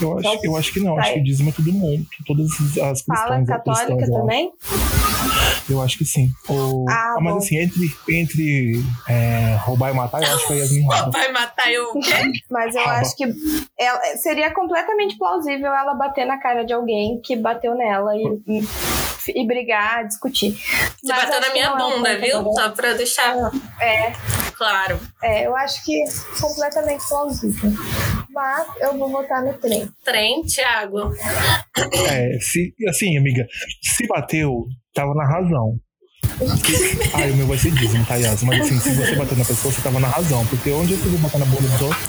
Eu acho, eu acho que não. Acho que o dízimo é todo mundo. Todas as- as Fala cristãs. católica cristãs, eu também? acho. Eu acho que sim. Ou- Ah, mas bom. assim, entre, entre é, roubar e matar, eu acho que a Yasmin rouba. vai matar eu. Mas eu Ah, acho que ela- seria completamente plausível ela bater na cara de alguém que bateu nela e, e, e brigar, discutir. Você Mas bateu acho na que minha não é um bunda, ponto viu? agora. Só pra deixar É, claro. é, eu acho que completamente plausível. Mas eu vou votar no trem. Trem, Thiago. É, se, assim, amiga, se bateu, tava na razão. Ah, o meu vai ser dízimo, tá, Yas? Mas assim, se você bateu na pessoa, você tava na razão. Porque onde você vai bater na bunda dos outros?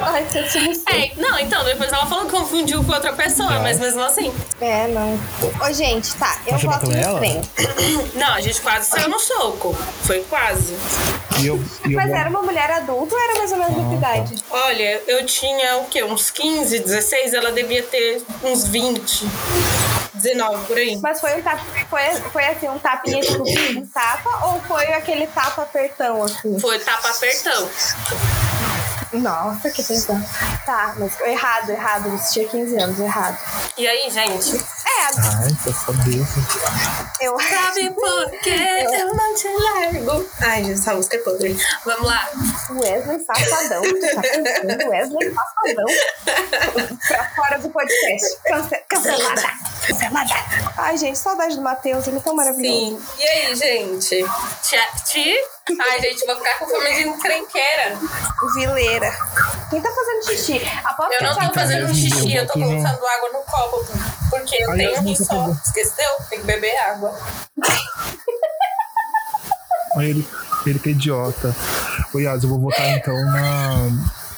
Ai, que eu É, não, então, depois ela falou que confundiu com outra pessoa, mas mesmo assim. É, não. Ô, gente, tá, eu Você voto bateu no nela? trem. Não, a gente quase saiu no soco. Foi quase. E eu, e eu Mas vou- era uma mulher adulta ou era mais ou menos da Ah, tua idade? Olha, eu tinha o quê? Uns 15, 16, ela devia ter uns 20, 19 por aí. Mas foi um tapa, foi, foi assim, um tapinha tipo um tapa ou foi aquele tapa apertão assim? Foi tapa apertão. Nossa, que pesado. Tá, mas errado, errado. Você tinha 15 anos, errado. E aí, gente? É, Ai, tá sabendo. eu. Sabe por que eu não te largo? Ai, gente, essa música é podre. Vamos lá. Wesley Safadão. Tu tá cantando Wesley Safadão. pra fora do podcast. Cance- Cancelada. Cancelada. Ai, gente, saudade do Matheus. Ele é tão maravilhoso. Sim. E aí, gente? Ti- Ti? Ai, gente, vou ficar com fome de encrenqueira. Vileira. Quem tá fazendo xixi? Aposto Eu que não tá- tô fazendo um xixi, eu tô Não. colocando água no copo. Porque eu Ai, tenho eu não tô rissol. fazendo. Esqueceu? Tem que beber água. Olha ele, ele que é idiota. Ô, Yas, eu vou votar então na,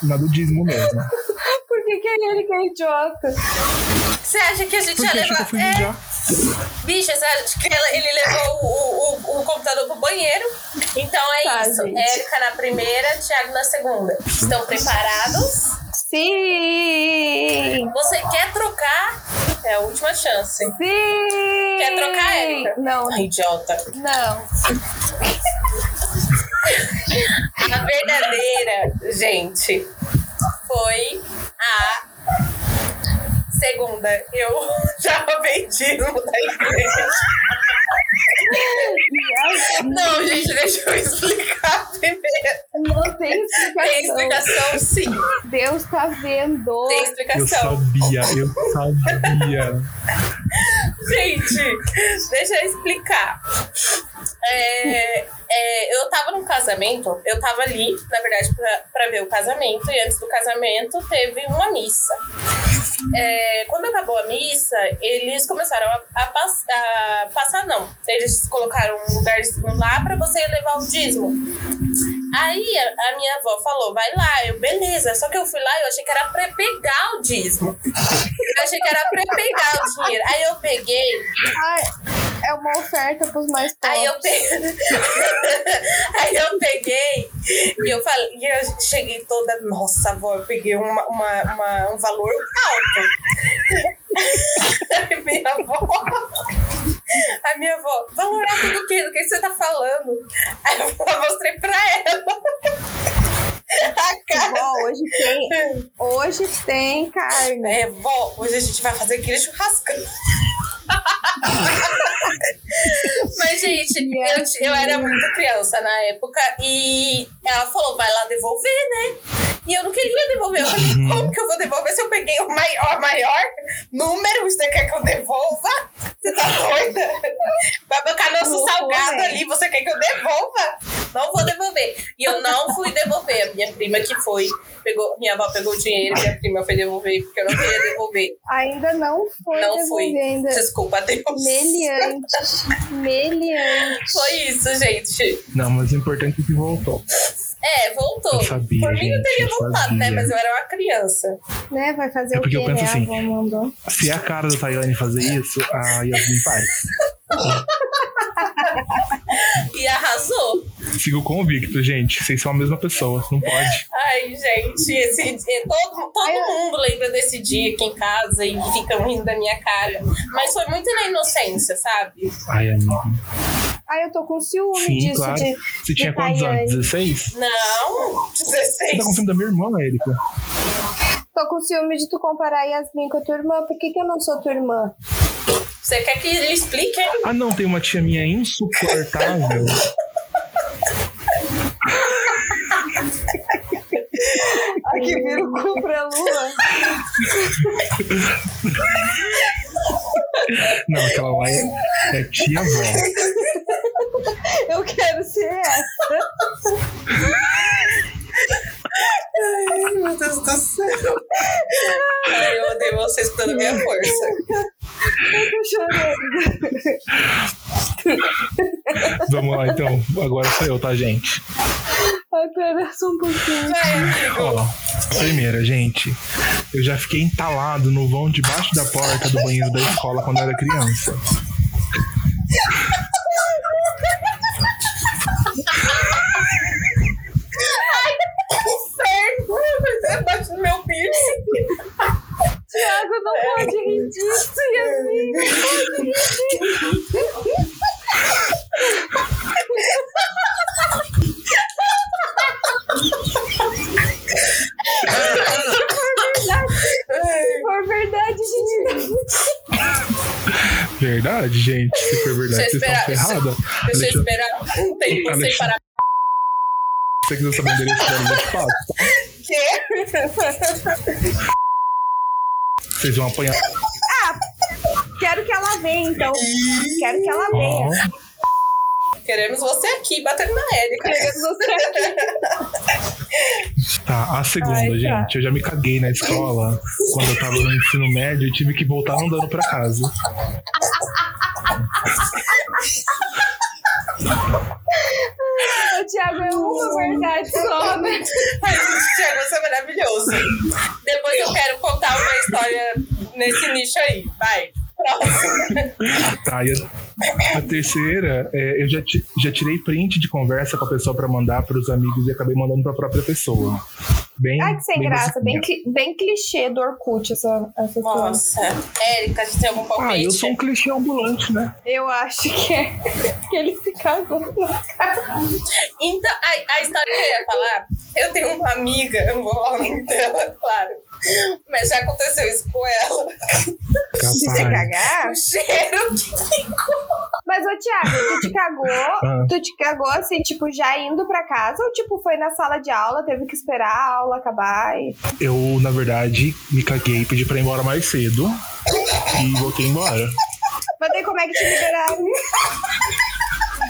na do dízimo mesmo. Por que, que é ele que é idiota? Você acha que a gente ia Porque achou que eu levar. fui É, mijar. Bicha, você acha que ela- ele levou o, o- o- o computador pro banheiro? Então é Tá, isso. gente. Érica na primeira, Thiago na segunda. Estão preparados? Sim! Você quer trocar? É a última chance. Sim! Quer trocar, Érica? Não, Ai, idiota. não. A verdadeira, gente, foi a segunda. Eu já roubei dízimo da igreja. é Não, gente, deixa eu explicar primeiro. Não tem Tem explicação. explicação, sim. Deus tá vendo. Tem Eu explicação. sabia, eu sabia. Gente, deixa eu explicar. É, é, eu tava num casamento, eu tava ali, na verdade, pra, pra ver o casamento, e antes do casamento teve uma missa. É, quando acabou a missa, eles começaram a, a pass- a passar, não. Eles colocaram um lugarzinho lá pra você levar o dízimo. Aí a, a minha avó falou, vai lá, eu, beleza. Só que eu fui lá e eu achei que era pra pegar o dízimo. Eu achei que era pra pegar o dinheiro. Aí eu peguei Ai, é uma oferta pros mais pobres. Aí eu, pe- aí eu peguei e eu falei, e eu cheguei toda, nossa, avó, eu peguei uma, uma- uma- um valor alto. Aí minha avó. A minha avó, valor alto do quê? Do que você tá falando? Aí eu mostrei pra ela. A cara. Bom, hoje tem, hoje tem carne. É, vó, hoje a gente vai fazer aquele churrascão. Mas, gente, eu, ti- eu era muito criança na época e ela falou, vai lá devolver, né? E eu não queria devolver. Eu falei, como que eu vou devolver se eu peguei o maior, maior número? Você quer que eu devolva? Você tá doida? Vai bancar nosso Loucura, salgado né? ali, você quer que eu devolva? Não vou devolver. E eu não fui devolver. A minha prima que foi, pegou, minha avó pegou o dinheiro, minha prima foi devolver, porque eu não queria devolver. Ainda não foi não fui. devolvendo. Desculpa, Deus. Meliante. Meliante. Foi isso, gente. Não, mas o importante é que voltou. É, voltou. Eu sabia, Por mim eu gente, teria eu voltado, né? sabia. Mas eu era uma criança. Né? Vai fazer É o porque quê? eu né? penso A assim. avó mandou. Se a cara da Tayane fazer isso, a Yasmin faz. E arrasou. Sigo convicto, gente. Vocês são a mesma pessoa, não pode. Ai, gente, esse dia- todo, todo Ai, eu- mundo lembra desse dia aqui em casa e fica rindo da minha cara. Mas foi muito na inocência, sabe? Ai, amigo. Ai, eu tô com ciúme Sim, disso. claro. De, Você de tinha quantos anos? Tayane. 16? Não, Você 16. tá com ciúme da minha irmã, Érica. Tô com ciúme de tu comparar a Yasmin com a tua irmã. Por que, que eu não sou tua irmã? Você quer que ele explique? hein? Ah, não, tem uma tia minha insuportável. Ai, que vira o cu pra lua. Não, aquela lá é, é tia vó. Eu quero ser essa. Ai, meu Deus do céu. Ai, eu odeio vocês com toda a minha força. Eu tô chorando. Vamos lá, então. Agora sou eu, tá, gente? Ai, pera só um pouquinho. Vai, amigo. Ó, primeira, gente. Eu já fiquei entalado no vão debaixo da porta do banheiro da escola quando eu era criança. inferno debaixo do meu piercing. Tiago, não pode rir disso, Yasmin. Se for verdade, a gente Verdade, gente? Se for verdade, Deixa eu vocês estão esperar- ferradas. Deixa eu Alexandre, esperar um tempo sem Alexandre. parar. se você quiser saber o endereço dela, eu te falo. Vocês vão apanhar. Quero que ela venha, então. Quero que ela venha. Ó, Queremos você aqui, batendo na Érica. Queremos você aqui. Tá, a segunda, Ai, tá. gente. Eu já me caguei na escola quando eu tava no ensino médio e tive que voltar andando pra casa. O Tiago é uma verdade só, né? Ai, gente, Thiago, você é maravilhoso. Depois eu quero contar uma história nesse nicho aí. Vai. Próximo. Tá, e a, a terceira, é, eu já, ti- já tirei print de conversa com a pessoa pra mandar pros amigos e acabei mandando pra própria pessoa. Bem, Ai, que sem bem graça. basiquinha. Bem, cli- bem clichê do Orkut, essa, essa história. Nossa. Érica, você tem algum palpite? Ah, eu sou um clichê ambulante, né? Eu acho que é que ele se cagou na cara. Então, a, a história que eu ia falar, eu tenho uma amiga, eu não vou falar o nome dela, claro. Mas já aconteceu isso com ela. Capaz. cagar? O cheiro que ficou. Mas, ô Thiago, tu te cagou? Ah. tu te cagou assim, tipo, já indo pra casa? Ou tipo, foi na sala de aula, teve que esperar a aula acabar? E... Eu, na verdade, me caguei, pedi pra ir embora mais cedo e voltei embora. Mandei como é que te liberaram.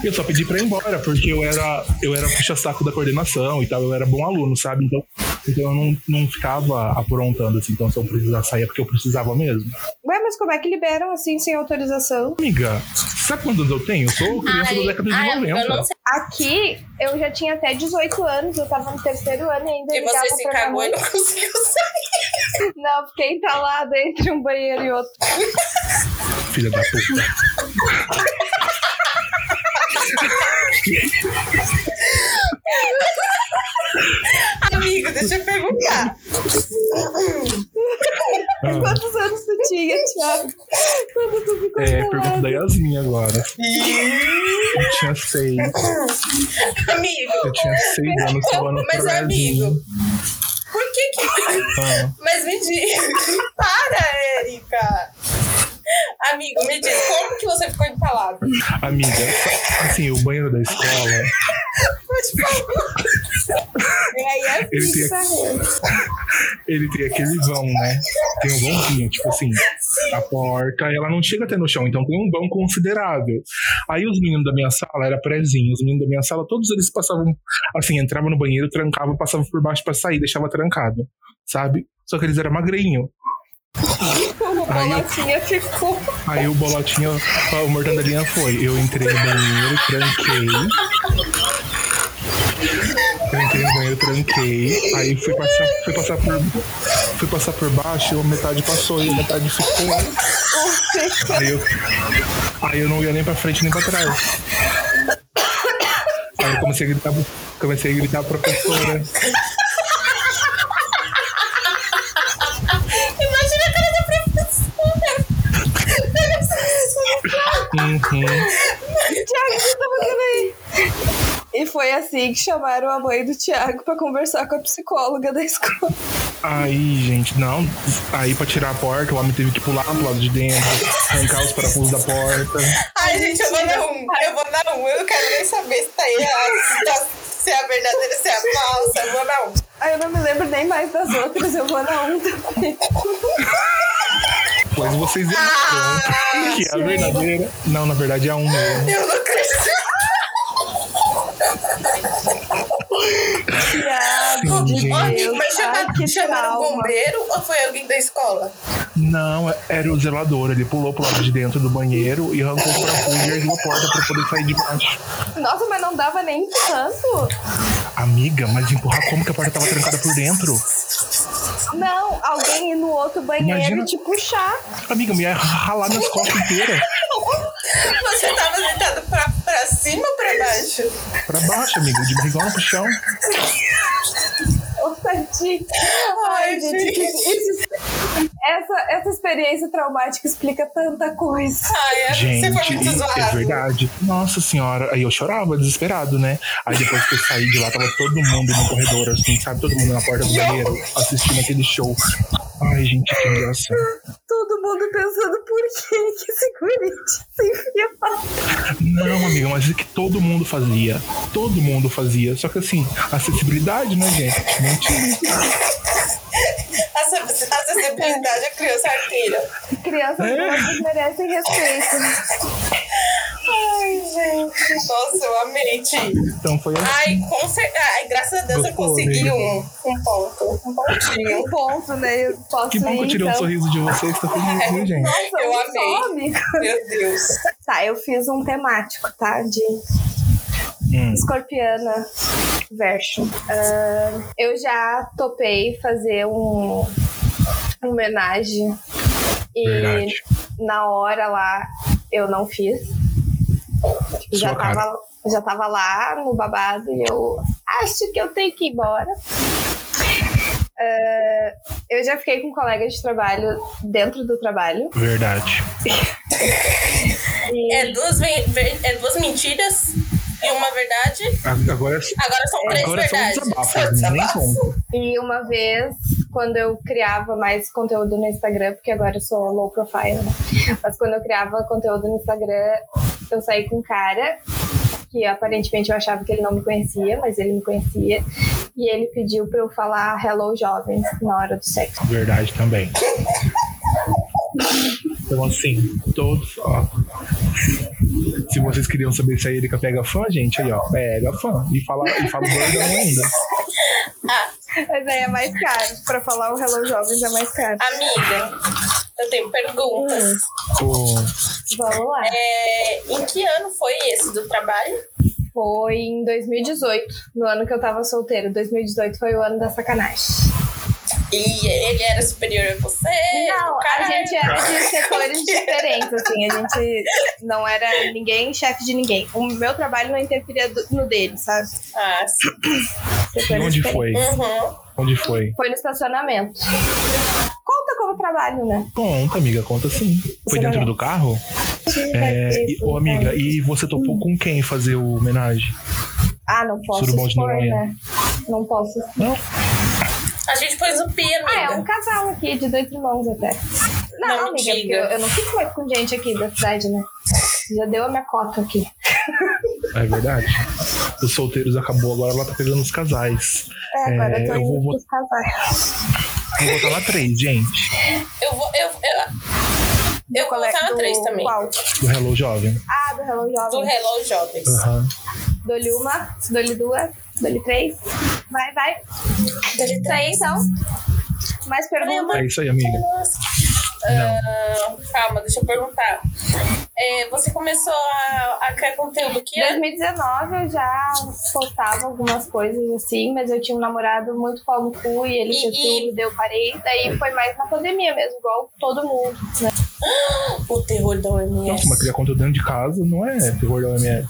Eu só pedi pra ir embora, porque eu era, eu era puxa-saco da coordenação e tal, eu era bom aluno, sabe? Então, então eu não, não ficava aprontando, assim, então se eu precisar sair é porque eu precisava mesmo. Ué, mas como é que liberam assim, sem autorização? Amiga, sabe quantos eu tenho? Eu sou criança da década de ai, eu 90. não sei. Aqui, eu já tinha até 18 anos, eu tava no terceiro ano e ainda E ligava você se pra cagou minha e mãe. não conseguiu sair. Não, fiquei entalada entre um banheiro e outro. Filha da puta. Amiga, deixa eu perguntar. Ah, Quantos anos tu tinha, Thiago? Quando tu ficou é, pergunta entalada? da Yasmin agora. Eu tinha seis. Amigo, Eu tinha seis anos, seu ano mas amigo, por que que... Ah, Mas me diz... Para, Erika. Amigo, me diz, como que você ficou empalado? amiga, assim, o banheiro da escola, Por favor. E aí é assim. Ele isso, ele tem aquele vão, né? Tem um vãozinho, tipo assim, a porta, ela não chega até no chão, então tem um vão considerável. Aí os meninos da minha sala, era prézinho, os meninos da minha sala, todos eles passavam, assim, entravam no banheiro, trancavam, passavam por baixo pra sair, deixava trancado, sabe? Só que eles eram magrinho. o Aí eu- bolotinha ficou. Aí o bolotinho, o mortandelinha foi. Eu entrei no banheiro, tranquei. Eu entrei no banheiro, tranquei. Aí fui passar, fui passar por. Fui passar por baixo, metade passou e metade ficou. Aí eu, aí eu não ia nem pra frente nem pra trás. Aí eu comecei a gritar, pro- comecei a gritar pra professora. Imagina a cara da professora. Uhum. Thiago, você tá fazendo aí? E foi assim que chamaram a mãe do Thiago pra conversar com a psicóloga da escola. Aí, gente, não. Aí pra tirar a porta, o homem teve que pular pro lado de dentro, arrancar os parafusos da porta. Ai, gente, eu vou na um. Eu vou na um. Eu não quero nem saber se tá aí. a- Se é a verdadeira, se é a falsa. Eu vou na um. Aí eu não me lembro nem mais das outras, eu vou na um onda. Mas vocês entenderam que é a verdadeira. Não, na verdade é um mesmo. Ah, Eu não Thiago, Sim, de gente. acredito. Deus, Mas ai, chamaram, que chamaram o trauma. bombeiro ou foi alguém da escola? Não, era o zelador. Ele pulou pro lado de dentro do banheiro e arrancou os parafusos e ergueu a porta pra poder sair de baixo. Nossa, mas não dava nem tanto. Amiga, mas empurrar como que a porta tava trancada por dentro? Não, alguém ir no outro banheiro Imagina- e te puxar. Amiga, me ia ralar minhas costas inteiras. Você tava deitado pra, pra cima ou pra baixo? Pra baixo, amigo, de barrigona pro chão. Ô, tadinho. Ai, Ai, gente, que- gente. essa, essa experiência traumática explica tanta coisa. Ai, é- você foi Gente, muito zoado. é verdade. Nossa senhora, aí eu chorava desesperado, né? Aí depois que eu saí de lá, tava todo mundo no corredor, assim, sabe? Todo mundo na porta do banheiro assistindo aquele show. Ai, gente, que engraçado. Todo mundo pensando por que que esse guri se enfia pra Não, amiga, mas é que todo mundo fazia. Todo mundo fazia. Só que assim, acessibilidade, né, gente? Não tinha. Essa essa acessibilidade à criança é arteira. crianças É. é. merecem respeito. Ai, gente. Nossa, eu amei, Ti. Então foi assim. Ai, com cer- Ai, graças a Deus eu Gostou, consegui amiga? um, um ponto. Um pontinho. Um ponto, né? Eu posso Que bom que eu ir, tirei um então. sorriso de vocês, tá feliz, É. né, gente? Nossa, Eu um amei. só, amigo. Meu Deus. Tá, eu fiz um temático, tá? De Hum. escorpiana version. Ah, eu já topei fazer um uma homenagem e Verdade. na hora lá eu não fiz. Sua Já cara. tava, já tava lá no babado e eu acho que eu tenho que ir embora. Ah, eu já fiquei com um colega de trabalho dentro do trabalho. Verdade. E... É duas, ve- ver- é duas mentiras e uma verdade. A- Agora, Agora são três agora são verdades. desabafos, nem conto. E uma vez, quando eu criava mais conteúdo no Instagram, porque agora eu sou low profile, né? Mas quando eu criava conteúdo no Instagram, eu saí com um cara que aparentemente eu achava que ele não me conhecia, mas ele me conhecia. E ele pediu pra eu falar hello jovens na hora do sexo. Verdade também. Então, assim, todos, ó. Se vocês queriam saber se a Erika pega fã, gente, aí, ó, pega fã. E fala, e fala gordão ainda. Mas aí é mais caro. Pra falar o Hello Jovens é mais caro. Amiga, eu tenho perguntas. Hum. Pô, Vamos lá. É, em que ano foi esse do trabalho? Foi em 2018, no ano que eu tava solteiro. 2018 foi o ano da sacanagem. E ele era superior a você? Não, É, O cara a gente é- era de setores diferentes, assim. A gente não era ninguém chefe de ninguém. O meu trabalho não interferia do- no dele, sabe? Ah, sim. e Setores onde diferentes. foi? Uhum. Onde foi? Foi no estacionamento. Conta como trabalho, né? Conta, amiga, conta sim. Você Foi dentro vai do carro? É, e, ô, amiga, e você topou com quem fazer o homenagem? Ah, não posso Surubão de expor, Noronha. né? Não posso expor. Não. A gente pôs o pi, amiga. Ah, é um casal aqui, de dois irmãos até. Não, Não, amiga, diga. porque eu, eu não fico mais com gente aqui da cidade, né? Já deu a minha cota aqui. É verdade. Os solteiros acabou, agora ela tá pegando os casais. É, agora É, eu tô eu indo vou vou... bot- pros casais. Vou botar lá três, gente. Eu vou. Eu, eu, eu vou Qual é- botar na do- 3 também. Qual? Do Hello Jovem. Ah, do Hello Do Jovem. Hello Jovens. Aham. Dou-lhe uma, dou-lhe duas, dou-lhe três. Vai, vai. Dou-lhe três, então. Mais perguntas? É isso aí, amiga. Nossa. Ah, calma, deixa eu perguntar. É, você começou a, a criar conteúdo que Em ano? 2019 eu já postava algumas coisas assim, mas eu tinha um namorado muito pau no cu e ele E- tinha e- ciúme, daí eu parei. Daí foi mais na pandemia mesmo, igual todo mundo. né? O terror da Nossa, OMS. mas criar conteúdo dentro de casa não é terror da OMS.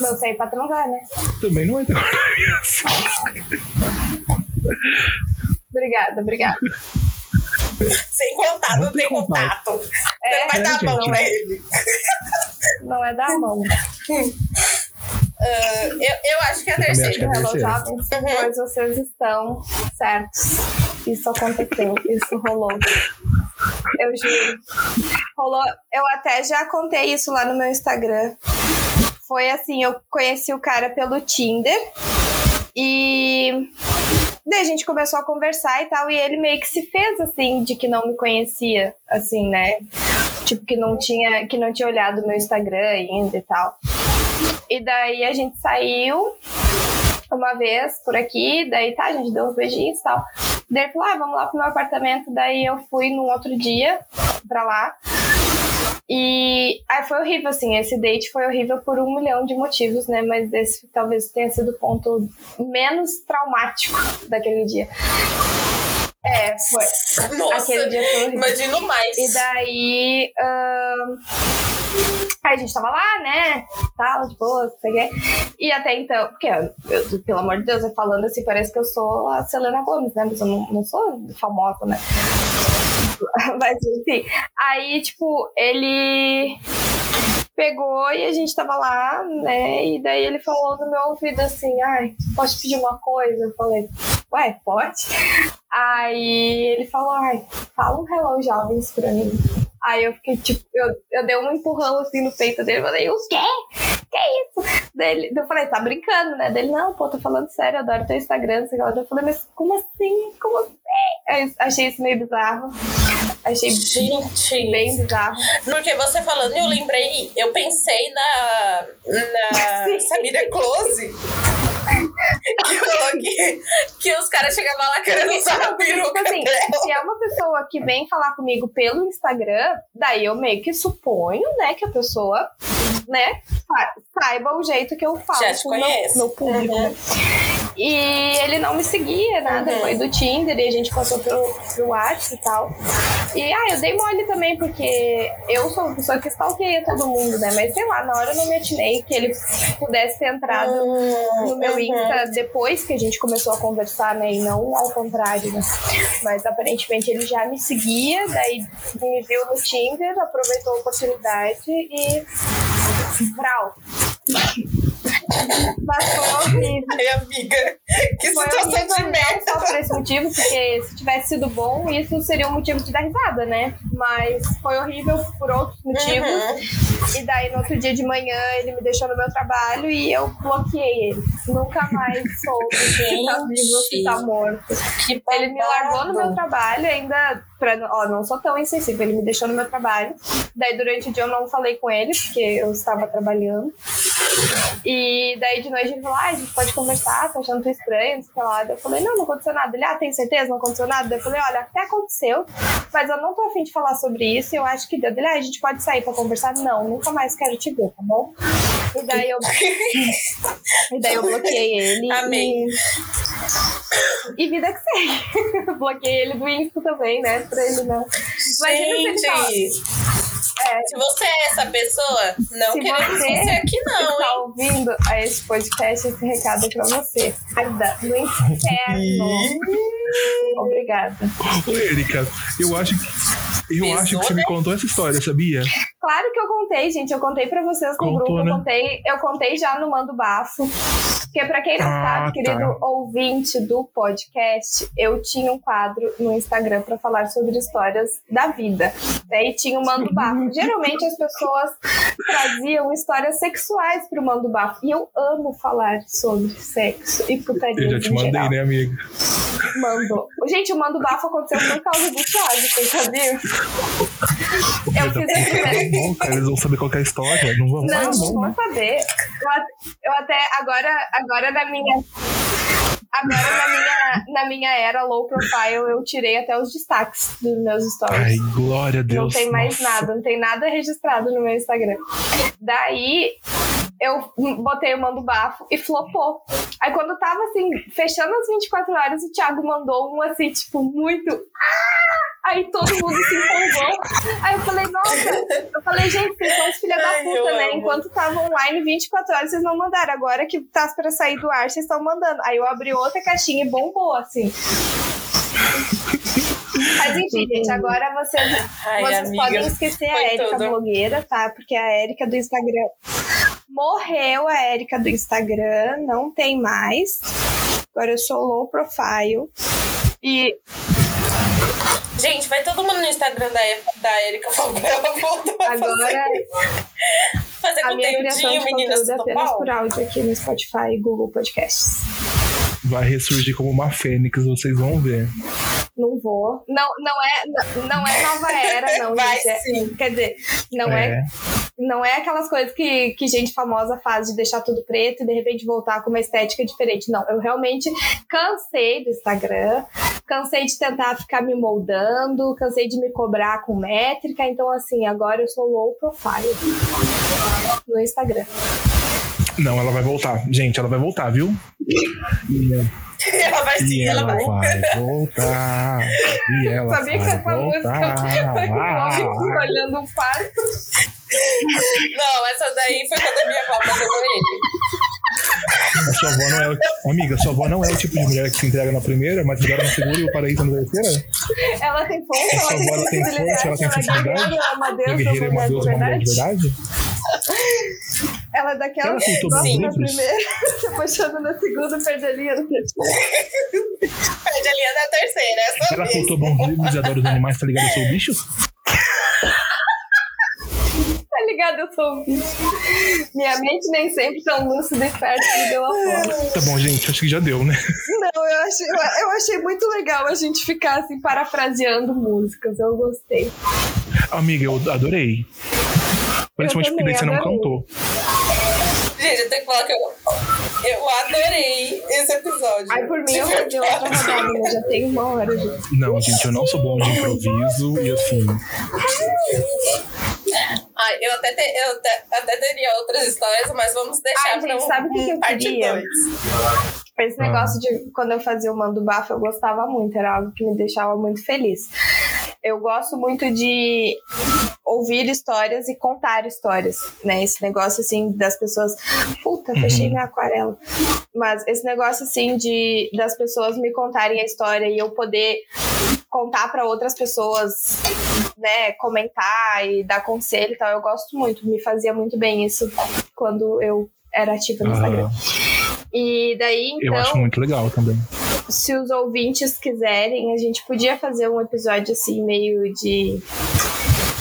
Não sei pra transar, né? Também não é terror da OMS. Obrigada, obrigada. Sem contato, não tem contato. contato. tá É, Você não vai dar a mão gente. pra ele. Não é da mão. Ah, eu, eu acho que é a também acho que terceira. é a Hello terceira. Jovens, pois vocês estão certos. Isso aconteceu, isso rolou. Eu juro. Rolou. Eu até já contei isso lá no meu Instagram. Foi assim, eu conheci o cara pelo Tinder e daí a gente começou a conversar e tal, e ele meio que se fez assim, de que não me conhecia, assim, né? Tipo, que não tinha, que não tinha olhado o meu Instagram ainda e tal. E daí a gente saiu uma vez por aqui, daí tá, a gente deu uns beijinhos e tal. Daí ele falou, ah, vamos lá pro meu apartamento, daí eu fui num outro dia pra lá. E aí foi horrível, assim, esse date foi horrível por um milhão de motivos, né? Mas esse talvez tenha sido o ponto menos traumático daquele dia. É, foi. Nossa, Aquele dia foi horrível. imagino mais. E daí. ahn, Aí a gente tava lá, né? Tal, de boa, não sei o quê. E até então, porque, eu- pelo amor de Deus, eu falando assim, parece que eu sou a Selena Gomes, né? Mas eu não, não sou famosa, né? Mas enfim. Aí, tipo, ele pegou e a gente tava lá, né? E daí ele falou no meu ouvido assim: ai, posso te pedir uma coisa? Eu falei: ué, pode? Aí ele falou: ai, fala um hello jovens pra mim. Aí eu fiquei tipo, eu, eu dei um empurrão assim no peito dele, eu falei, o quê? Que isso? Dele, eu falei, tá brincando, né? Dele, não, pô, tô falando sério, eu adoro teu Instagram, não sei o que lá. Eu falei, mas como assim? Como assim? Aí achei isso meio bizarro. Achei bem, Gente, bem bizarro. porque você falando, eu lembrei, eu pensei na, na Sim. Samira Close. Que falou que, que os caras chegavam lá querendo usar a Tipo peruca assim, dela. se é uma pessoa que vem falar comigo pelo Instagram, daí eu meio que suponho, né, que a pessoa, né, fa- saiba o jeito que eu falo Já te com o meu- conhece. meu público. né? E ele não me seguia, nada, Uhum. foi do Tinder e a gente passou pro, pro WhatsApp e tal. E ah, eu dei mole também, porque eu sou uma pessoa que stalkeia todo mundo, né? Mas sei lá, na hora eu não me atinei que ele pudesse ter entrado Uhum, no meu Insta depois que a gente começou a conversar, né? E não ao contrário, né? Mas aparentemente ele já me seguia, daí me viu no Tinder, aproveitou a oportunidade e. Brau. Mas foi horrível. Ai, amiga, que Foi um situação de horrível, merda. Não só por esse motivo, porque se tivesse sido bom, isso seria um motivo de dar risada, né? Mas foi horrível por outros motivos. Uhum. E daí, no outro dia de manhã, ele me deixou no meu trabalho e eu bloqueei ele. Nunca mais soube se tá vivo ou se tá morto. Que Ele me largou no meu trabalho, ainda. Pra, ó, não sou tão insensível, ele me deixou no meu trabalho. Daí, durante o dia, eu não falei com ele, porque eu estava trabalhando. E daí, de noite, ele falou: ah, a gente pode conversar, tá achando tu estranho, não sei o que lá. Daí Eu falei: não, não aconteceu nada. Ele, ah, tem certeza, não aconteceu nada? Daí Eu falei: olha, até aconteceu, mas eu não tô afim de falar sobre isso, eu acho que deu. Ele, ah, a gente pode sair pra conversar? Não, nunca mais quero te ver, tá bom? E daí eu. e daí eu bloqueei ele. Amém. E, e vida que segue. bloqueei ele do Insta também, né? Pra ele não. Imagina se ele fala. Gente, se você é essa pessoa, não Se queremos você- você aqui não, hein? Tá ouvindo a esse podcast, esse recado é pra você. Ainda no inferno. Obrigada. Ô, Erika, eu acho que. Eu Pesou, acho que você me né? contou essa história, sabia? Claro que eu contei, gente. Eu contei pra vocês no Contou, grupo. né? Eu, contei, eu contei já no Mando Bafo. Porque pra quem não Ah, sabe, querido tá. ouvinte do podcast, eu tinha um quadro no Instagram pra falar sobre histórias da vida. Né? E tinha o Mando Bafo. Geralmente as pessoas traziam histórias sexuais pro Mando Bafo. E eu amo falar sobre sexo e putaria Eu já em te mandei, geral. né, amiga? Mando. Gente, o Mando Bafo aconteceu por causa do Thiago, vocês sabiam? Eu fiz a primeira Bom, cara, eles vão saber qual que é a história. Não vão, não, ah, não bom, vou né? saber. Eu, at- eu até agora, agora na minha. Agora na minha, na minha era low profile, eu tirei até os destaques dos meus stories. Ai, glória a Deus. não tem mais nossa. nada, não tem nada registrado no meu Instagram. Daí eu botei o mando bafo e flopou. Aí quando eu tava assim, fechando as 24 horas, o Thiago mandou um assim, tipo, muito. "Ah!" Aí todo mundo se empolgou. Aí eu falei, nossa, eu falei, gente, vocês são os filha da Ai, puta, eu né? amo. Enquanto tava online 24 horas, vocês não mandaram. Agora que tá pra sair do ar, vocês estão mandando. Aí eu abri outra caixinha e bombou, assim. Mas enfim, gente, agora vocês Ai, vocês amiga. podem esquecer a foi Érica tudo. blogueira, tá? Porque a Érica do Instagram. Morreu a Érica do Instagram, não tem mais. Agora eu sou low profile. E Gente, vai todo mundo no Instagram da, da Erika Foguela agora fazer a minha criação de conteúdinho, meninas. conteúdo é do apenas pau. por áudio aqui no Spotify e Google Podcasts. Vai ressurgir como uma fênix, vocês vão ver. Não vou. Não, não, é, não, não é nova era, não, Vai gente. É- sim. Quer dizer, não é Não é aquelas coisas que, que gente famosa faz de deixar tudo preto e de repente voltar com uma estética diferente. Não, eu realmente cansei do Instagram, cansei de tentar ficar me moldando, cansei de me cobrar com métrica. Então, assim, agora eu sou low profile no Instagram. Não, ela vai voltar. Gente, ela vai voltar, viu? Ela É vai sim, E ela, ela vai. vai voltar. E ela Sabia que vai essa música foi voltar. olhando um o parto. Não, essa daí foi quando a minha avó abandonou ele. A sua avó não é. Amiga, sua avó não é o tipo de mulher que se entrega na primeira, mas agora na segunda e o paraíso na terceira? Ela tem força, ela tem Essa voz tem força, sensibilidade, ela tem sensibilidade. guerreira, é uma A deusa, guerreira é uma deusa, uma mulher de verdade? Ela é daquela Ela que contou gosta dos na livros? primeira, se apaixona na segunda, perde a linha no Perde a linha da terceira, essa Ela vez. contou bons livros e adora os animais, tá ligado? Eu sou o bicho? Tá ligado? Eu sou um bicho. Minha mente nem sempre tão lúcida e perto me deu a fome. Tá bom, gente, acho que já deu, né? Não, eu achei, eu- eu achei muito legal a gente ficar assim, parafraseando músicas. Eu gostei. Amiga, eu adorei. Principalmente porque também daí você não adorei. cantou. Gente, eu tenho que falar que eu, eu adorei esse episódio. Ai, por mim, eu De perdi outra verdade. rodada, mas já tem uma hora. Já. Não, gente, eu não sou bom de Então, improviso e assim. Ai, eu até, te- eu te- até teria outras histórias, mas vamos deixar Ai, pra gente, um, sabe o que um que eu parte queria? 2. Esse negócio de quando eu fazia o mando bafo, eu gostava muito, era algo que me deixava muito feliz. Eu gosto muito de ouvir histórias e contar histórias, né? Esse negócio assim das pessoas, puta, Uhum. fechei minha aquarela. Mas esse negócio assim de das pessoas me contarem a história e eu poder contar para outras pessoas, né, comentar e dar conselho e tal, eu gosto muito, me fazia muito bem isso quando eu era ativa no Aham. Instagram. E daí, Eu então, acho muito legal também. se os ouvintes quiserem, a gente podia fazer um episódio assim, meio de.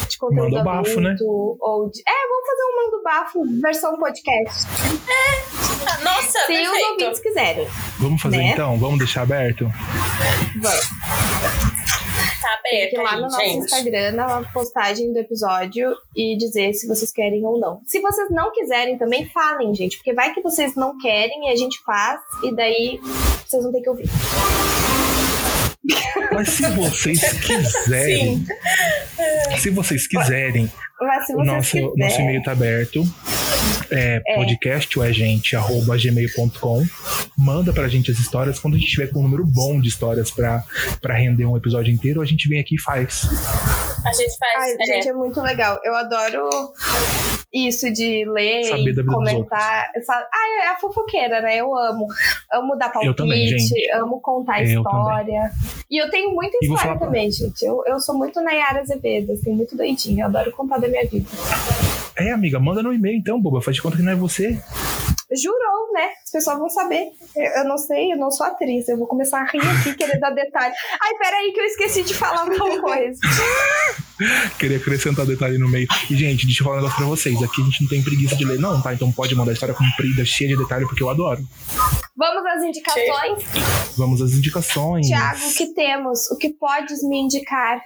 de conteúdo Manda o bafo, né? adulto, Ou de... É, vamos fazer um mando bafo versão podcast. Ah, Nossa, se os perfeito. ouvintes quiserem. Vamos fazer Né? então? Vamos deixar aberto? Vamos. Tá aberto Fique lá aí, no nosso gente. Instagram, na postagem do episódio, e dizer se vocês querem ou não. Se vocês não quiserem também, falem, gente, porque vai que vocês não querem e a gente faz, e daí vocês vão ter que ouvir. Mas se vocês quiserem. Sim. Se vocês quiserem, Mas se o vocês nosso, quiserem. nosso e-mail tá aberto. É, podcast é gente, arroba gmail.com. Manda pra gente as histórias. Quando a gente tiver com um número bom de histórias pra, pra render um episódio inteiro, a gente vem aqui e faz. A gente faz. Ai, é, gente, é muito legal. Eu adoro isso de ler, Saber da vida dos comentar. Essa... Ah, é a fofoqueira, né? Eu amo. Amo dar palpite, Eu também, gente. amo contar Eu história. E eu tenho muita E vou história falar- também, gente. Eu, eu sou muito Nayara Azevedo, assim, muito doidinha. Eu adoro contar da minha vida. É, amiga, manda no e-mail então, boba. Faz de conta que não é você. Jurou, né? As pessoas vão saber. Eu, eu não sei, eu não sou atriz. Eu vou começar a rir aqui, querer dar detalhe. Ai, peraí, que eu esqueci de falar tal coisa. Queria acrescentar detalhe no meio. E, gente, deixa eu falar um negócio pra vocês. Aqui a gente não tem preguiça de ler, não, tá? Então pode mandar história comprida, cheia de detalhe, porque eu adoro. Vamos às indicações? Vamos às indicações. Tiago, o que temos? O que podes me indicar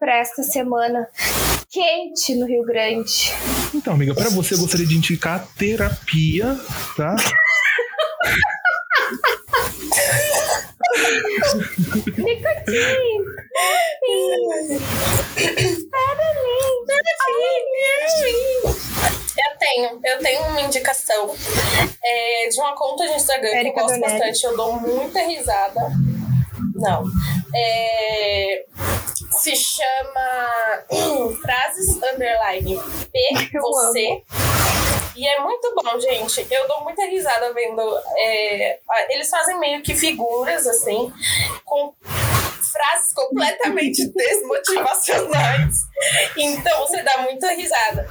para esta semana quente no Rio Grande? Então, amiga, pra você eu gostaria de indicar a terapia, tá? Nicotinho! Eu tenho, eu tenho uma indicação é, de uma conta de Instagram que Érica eu gosto Dornelli. bastante, eu dou muita risada. Não. É, se chama hum, Frases Underline P Eu Você. E é muito bom, gente. Eu dou muita risada vendo. é, a- eles fazem meio que figuras, assim, com frases completamente desmotivacionais. Então você dá muita risada.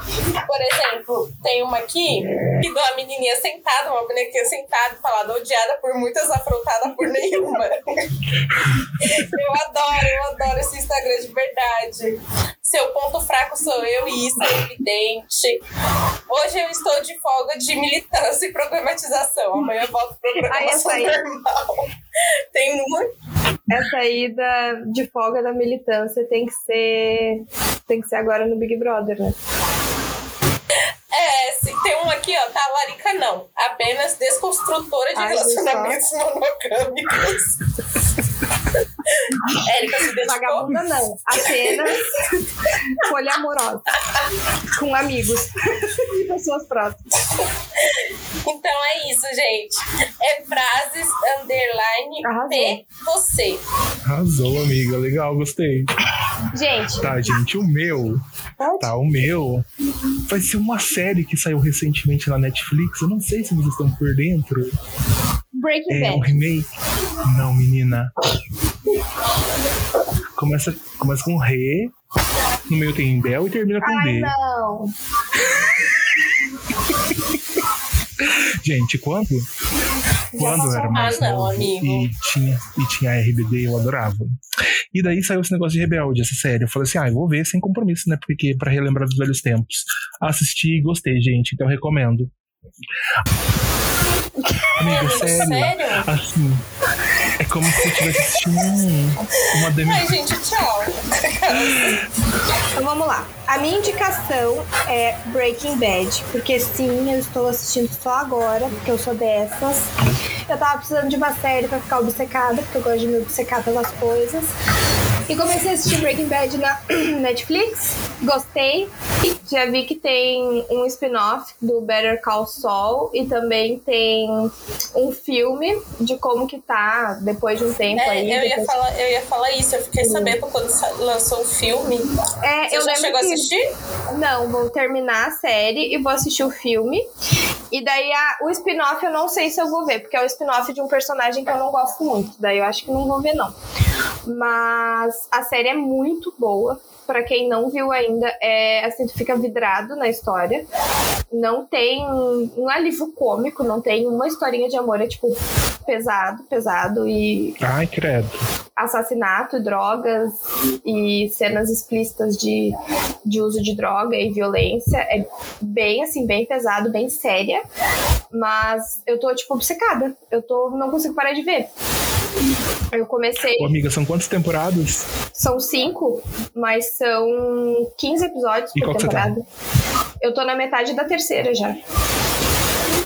Por exemplo, tem uma aqui que dá uma menininha sentada, uma bonequinha sentada, falada odiada por muitas, afrontada por nenhuma. Eu adoro, eu adoro esse Instagram de verdade. Seu ponto fraco sou eu e isso é evidente. Hoje eu estou de folga de militância e programatização. Amanhã eu volto pro programação Ai, essa aí. normal. Tem muito. Essa ida de folga da militância tem que ser. Tem que ser agora no Big Brother, né? É, se- tem um aqui, ó, talarica não. Apenas desconstrutora de Ai, relacionamentos monogâmicos. Érica se dedicou. Vagabunda não. Apenas folha amorosa. Com amigos. E pessoas próximas. Então é isso, gente. É frases underline Arrasou. P você. Arrasou, amiga. Legal, gostei. Gente, Tá, gente, o meu. Pode? Tá, o meu. Vai ser uma série que saiu recentemente na Netflix. Eu não sei se vocês estão por dentro. Breaking É um Bad. remake? Não, menina. Começa, começa com Rê. No meio tem Bel e termina com Ai, D. não. Gente, quando? Quando eu era mais Ah, não, novo amigo. e tinha, e tinha RBD, eu adorava. E daí saiu esse negócio de Rebelde, essa série. Eu falei assim, ah, eu vou ver sem compromisso, né? Porque pra relembrar dos velhos tempos. Assisti e gostei, gente, então recomendo. Amiga, sério? sério? Assim, é como se eu tivesse assistindo um- uma demi... Ai, gente, tchau. Então vamos lá. A minha indicação é Breaking Bad, porque sim, eu estou assistindo só agora, porque eu sou dessas. Eu tava precisando de uma série pra ficar obcecada, porque eu gosto de me obcecar pelas coisas. E comecei a assistir Breaking Bad na Netflix, gostei. Já vi que tem um spin-off do Better Call Saul e também tem um filme de como que tá depois de um tempo É, aí. eu, ia depois- falar, eu ia falar isso, eu fiquei sabendo quando sa- lançou o filme. É, Você eu já lembro chegou a que- assistir? Não, vou terminar a série e vou assistir o filme. E daí a- o spin-off eu não sei se eu vou ver, porque é o spin-off de um personagem que eu não gosto muito. Daí eu acho que não vou ver, não. Mas a série é muito boa. para quem não viu ainda, é assim, tu fica vidrado na história. Não tem. Não é livro cômico, não tem uma historinha de amor, é tipo pesado, pesado e Ai, credo. assassinato, drogas e cenas explícitas de, de uso de droga e violência. É bem, assim, bem pesado, bem séria. Mas eu tô, tipo, obcecada. Eu tô, não consigo parar de ver. Eu comecei. Ô, amiga, são quantas temporadas? São cinco, mas são 15 episódios E por qual que você tá? temporada. Eu tô na metade da terceira já.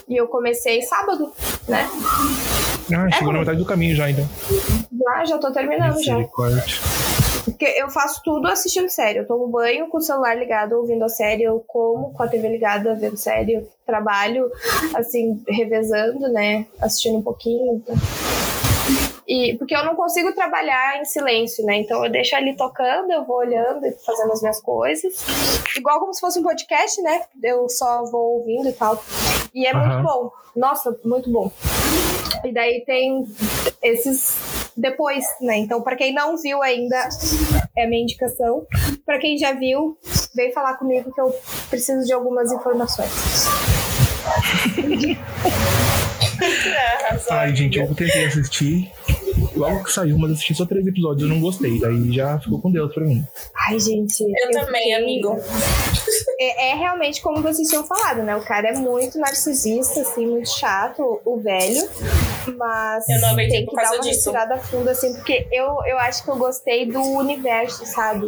E eu comecei sábado, né? Ah, chegou na metade do caminho já, então. Já, já tô terminando já. Misericórdia. Porque eu faço tudo assistindo série. Eu tomo banho com o celular ligado, ouvindo a série. Eu como com a TV ligada, vendo série. Eu trabalho, assim, revezando, né? Assistindo um pouquinho. então. E, porque eu não consigo trabalhar em silêncio, né? Então eu deixo ali tocando, eu vou olhando e fazendo as minhas coisas. Igual como se fosse um podcast, né? Eu só vou ouvindo e tal. E é Aham. muito bom. Nossa, muito bom. E daí tem esses depois, né? Então, pra quem não viu ainda, é a minha indicação. Pra quem já viu, vem falar comigo que eu preciso de algumas informações. Ai, gente, eu tentei assistir. Logo que saiu, mas assisti só três episódios, eu não gostei. Daí já ficou com Deus pra mim. Ai, gente. Eu também, amigo. É, é realmente como vocês tinham falado, né? O cara é muito narcisista, assim, muito chato, o velho. Mas Eu não aguentei tem que por dar causa uma disso. respirada funda, assim, porque eu, eu acho que eu gostei do universo, sabe?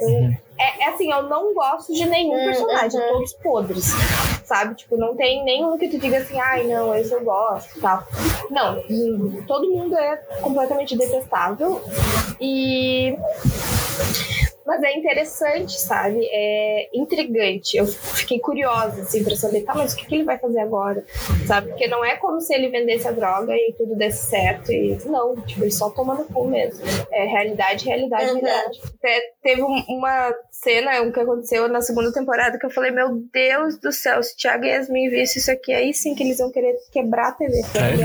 Eu- é, é assim, eu não gosto de nenhum Uhum, personagem, todos podres, sabe? Tipo, não tem nenhum que tu diga assim, ai, não, esse eu gosto e tal. Não, hum, todo mundo é completamente detestável. E mas é interessante, sabe? É intrigante. Eu fiquei curiosa, assim, pra saber, tá, mas o que, que ele vai fazer agora? Sabe? Porque não é como se ele vendesse a droga e tudo desse certo. E não, tipo, ele só toma no cu mesmo. É realidade, realidade, Uhum. realidade. Te- teve um- uma cena, um que aconteceu na segunda temporada, que eu falei, meu Deus do céu, se o Thiago e Yasmin vissem isso aqui, aí sim que eles iam querer quebrar a TV. Sério?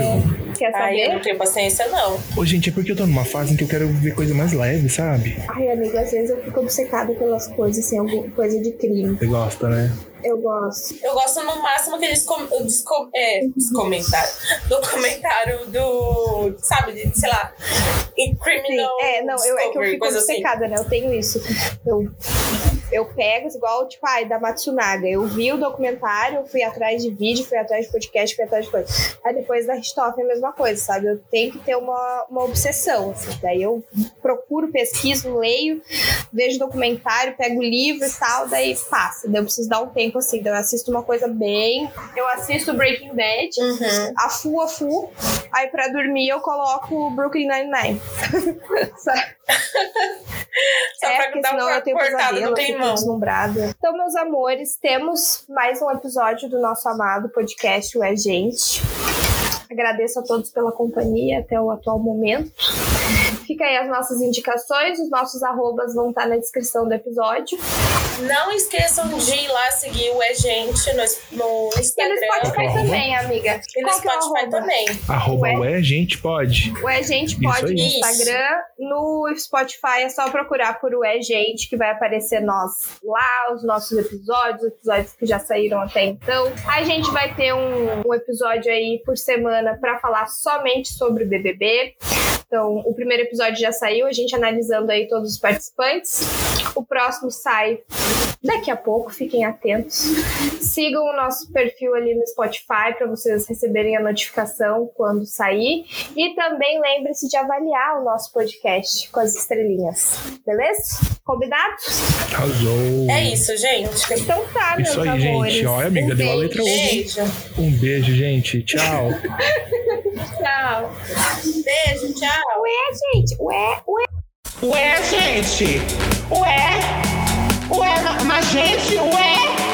Quer Ai, eu saber? não tenho paciência, não. Ô, gente, é porque eu tô numa fase em que eu quero ver coisa mais leve, sabe? Ai, amigo, às vezes eu fico obcecada pelas coisas, assim, alguma coisa de crime. Você gosta, né? Eu gosto. Eu gosto no máximo que eles com, dos com- é, dos comentários. Do comentário do. Sabe, de, sei lá. e Sim, Criminal. é, não, eu, é que eu Discovery, fico coisa assim. obcecada, né? Eu tenho isso. Eu, eu pego, igual, tipo, ai, da Matsunaga. Eu vi o documentário, fui atrás de vídeo, fui atrás de podcast, fui atrás de coisa. Aí depois da Richthofen é a mesma coisa, sabe? Eu tenho que ter uma, uma obsessão, assim. Daí eu procuro, pesquiso, leio, vejo documentário, pego livro e tal, daí passa. Daí eu preciso dar um tempo, assim. Daí eu assisto uma coisa bem... Eu assisto Breaking Bad, Uhum. a fu, a fu. Aí pra dormir eu coloco o Brooklyn Nine-Nine. Sabe? Só pra dar uma cortada no É, eu fico teimão. deslumbrada. Então, meus amores, temos mais um episódio do nosso amado podcast O É Gente. Agradeço a todos pela companhia até o atual momento. Fica aí as nossas indicações, os nossos arrobas vão estar na descrição do episódio. Não esqueçam de ir lá seguir o É Gente no, no E no Instagram. Spotify Arroba. também, amiga. E no Qual que é o Spotify arroba? também. Arroba Ué. ué, gente, pode. O É Gente Isso pode aí. no Isso. Instagram, no Spotify é só procurar por o É Gente que vai aparecer nós lá, os nossos episódios, os episódios que já saíram até então. A gente vai ter um, um episódio aí por semana pra falar somente sobre o BBB. Então, o primeiro episódio já saiu, a gente analisando aí todos os participantes. O próximo sai daqui a pouco, fiquem atentos. Sigam o nosso perfil ali no Spotify para vocês receberem a notificação quando sair. E também lembre-se de avaliar o nosso podcast com as estrelinhas. Beleza? Combinado? Arrasou. É isso, gente. Então tá, meus Isso aí, amores. gente. Olha, amiga, Um deu a beijo. letra U. Beijo. Um beijo, gente. Tchau. Tchau. Beijo, tchau. Ué, gente. Ué, ué. Ué, gente! Ué! Ué, ma- mas gente, ué!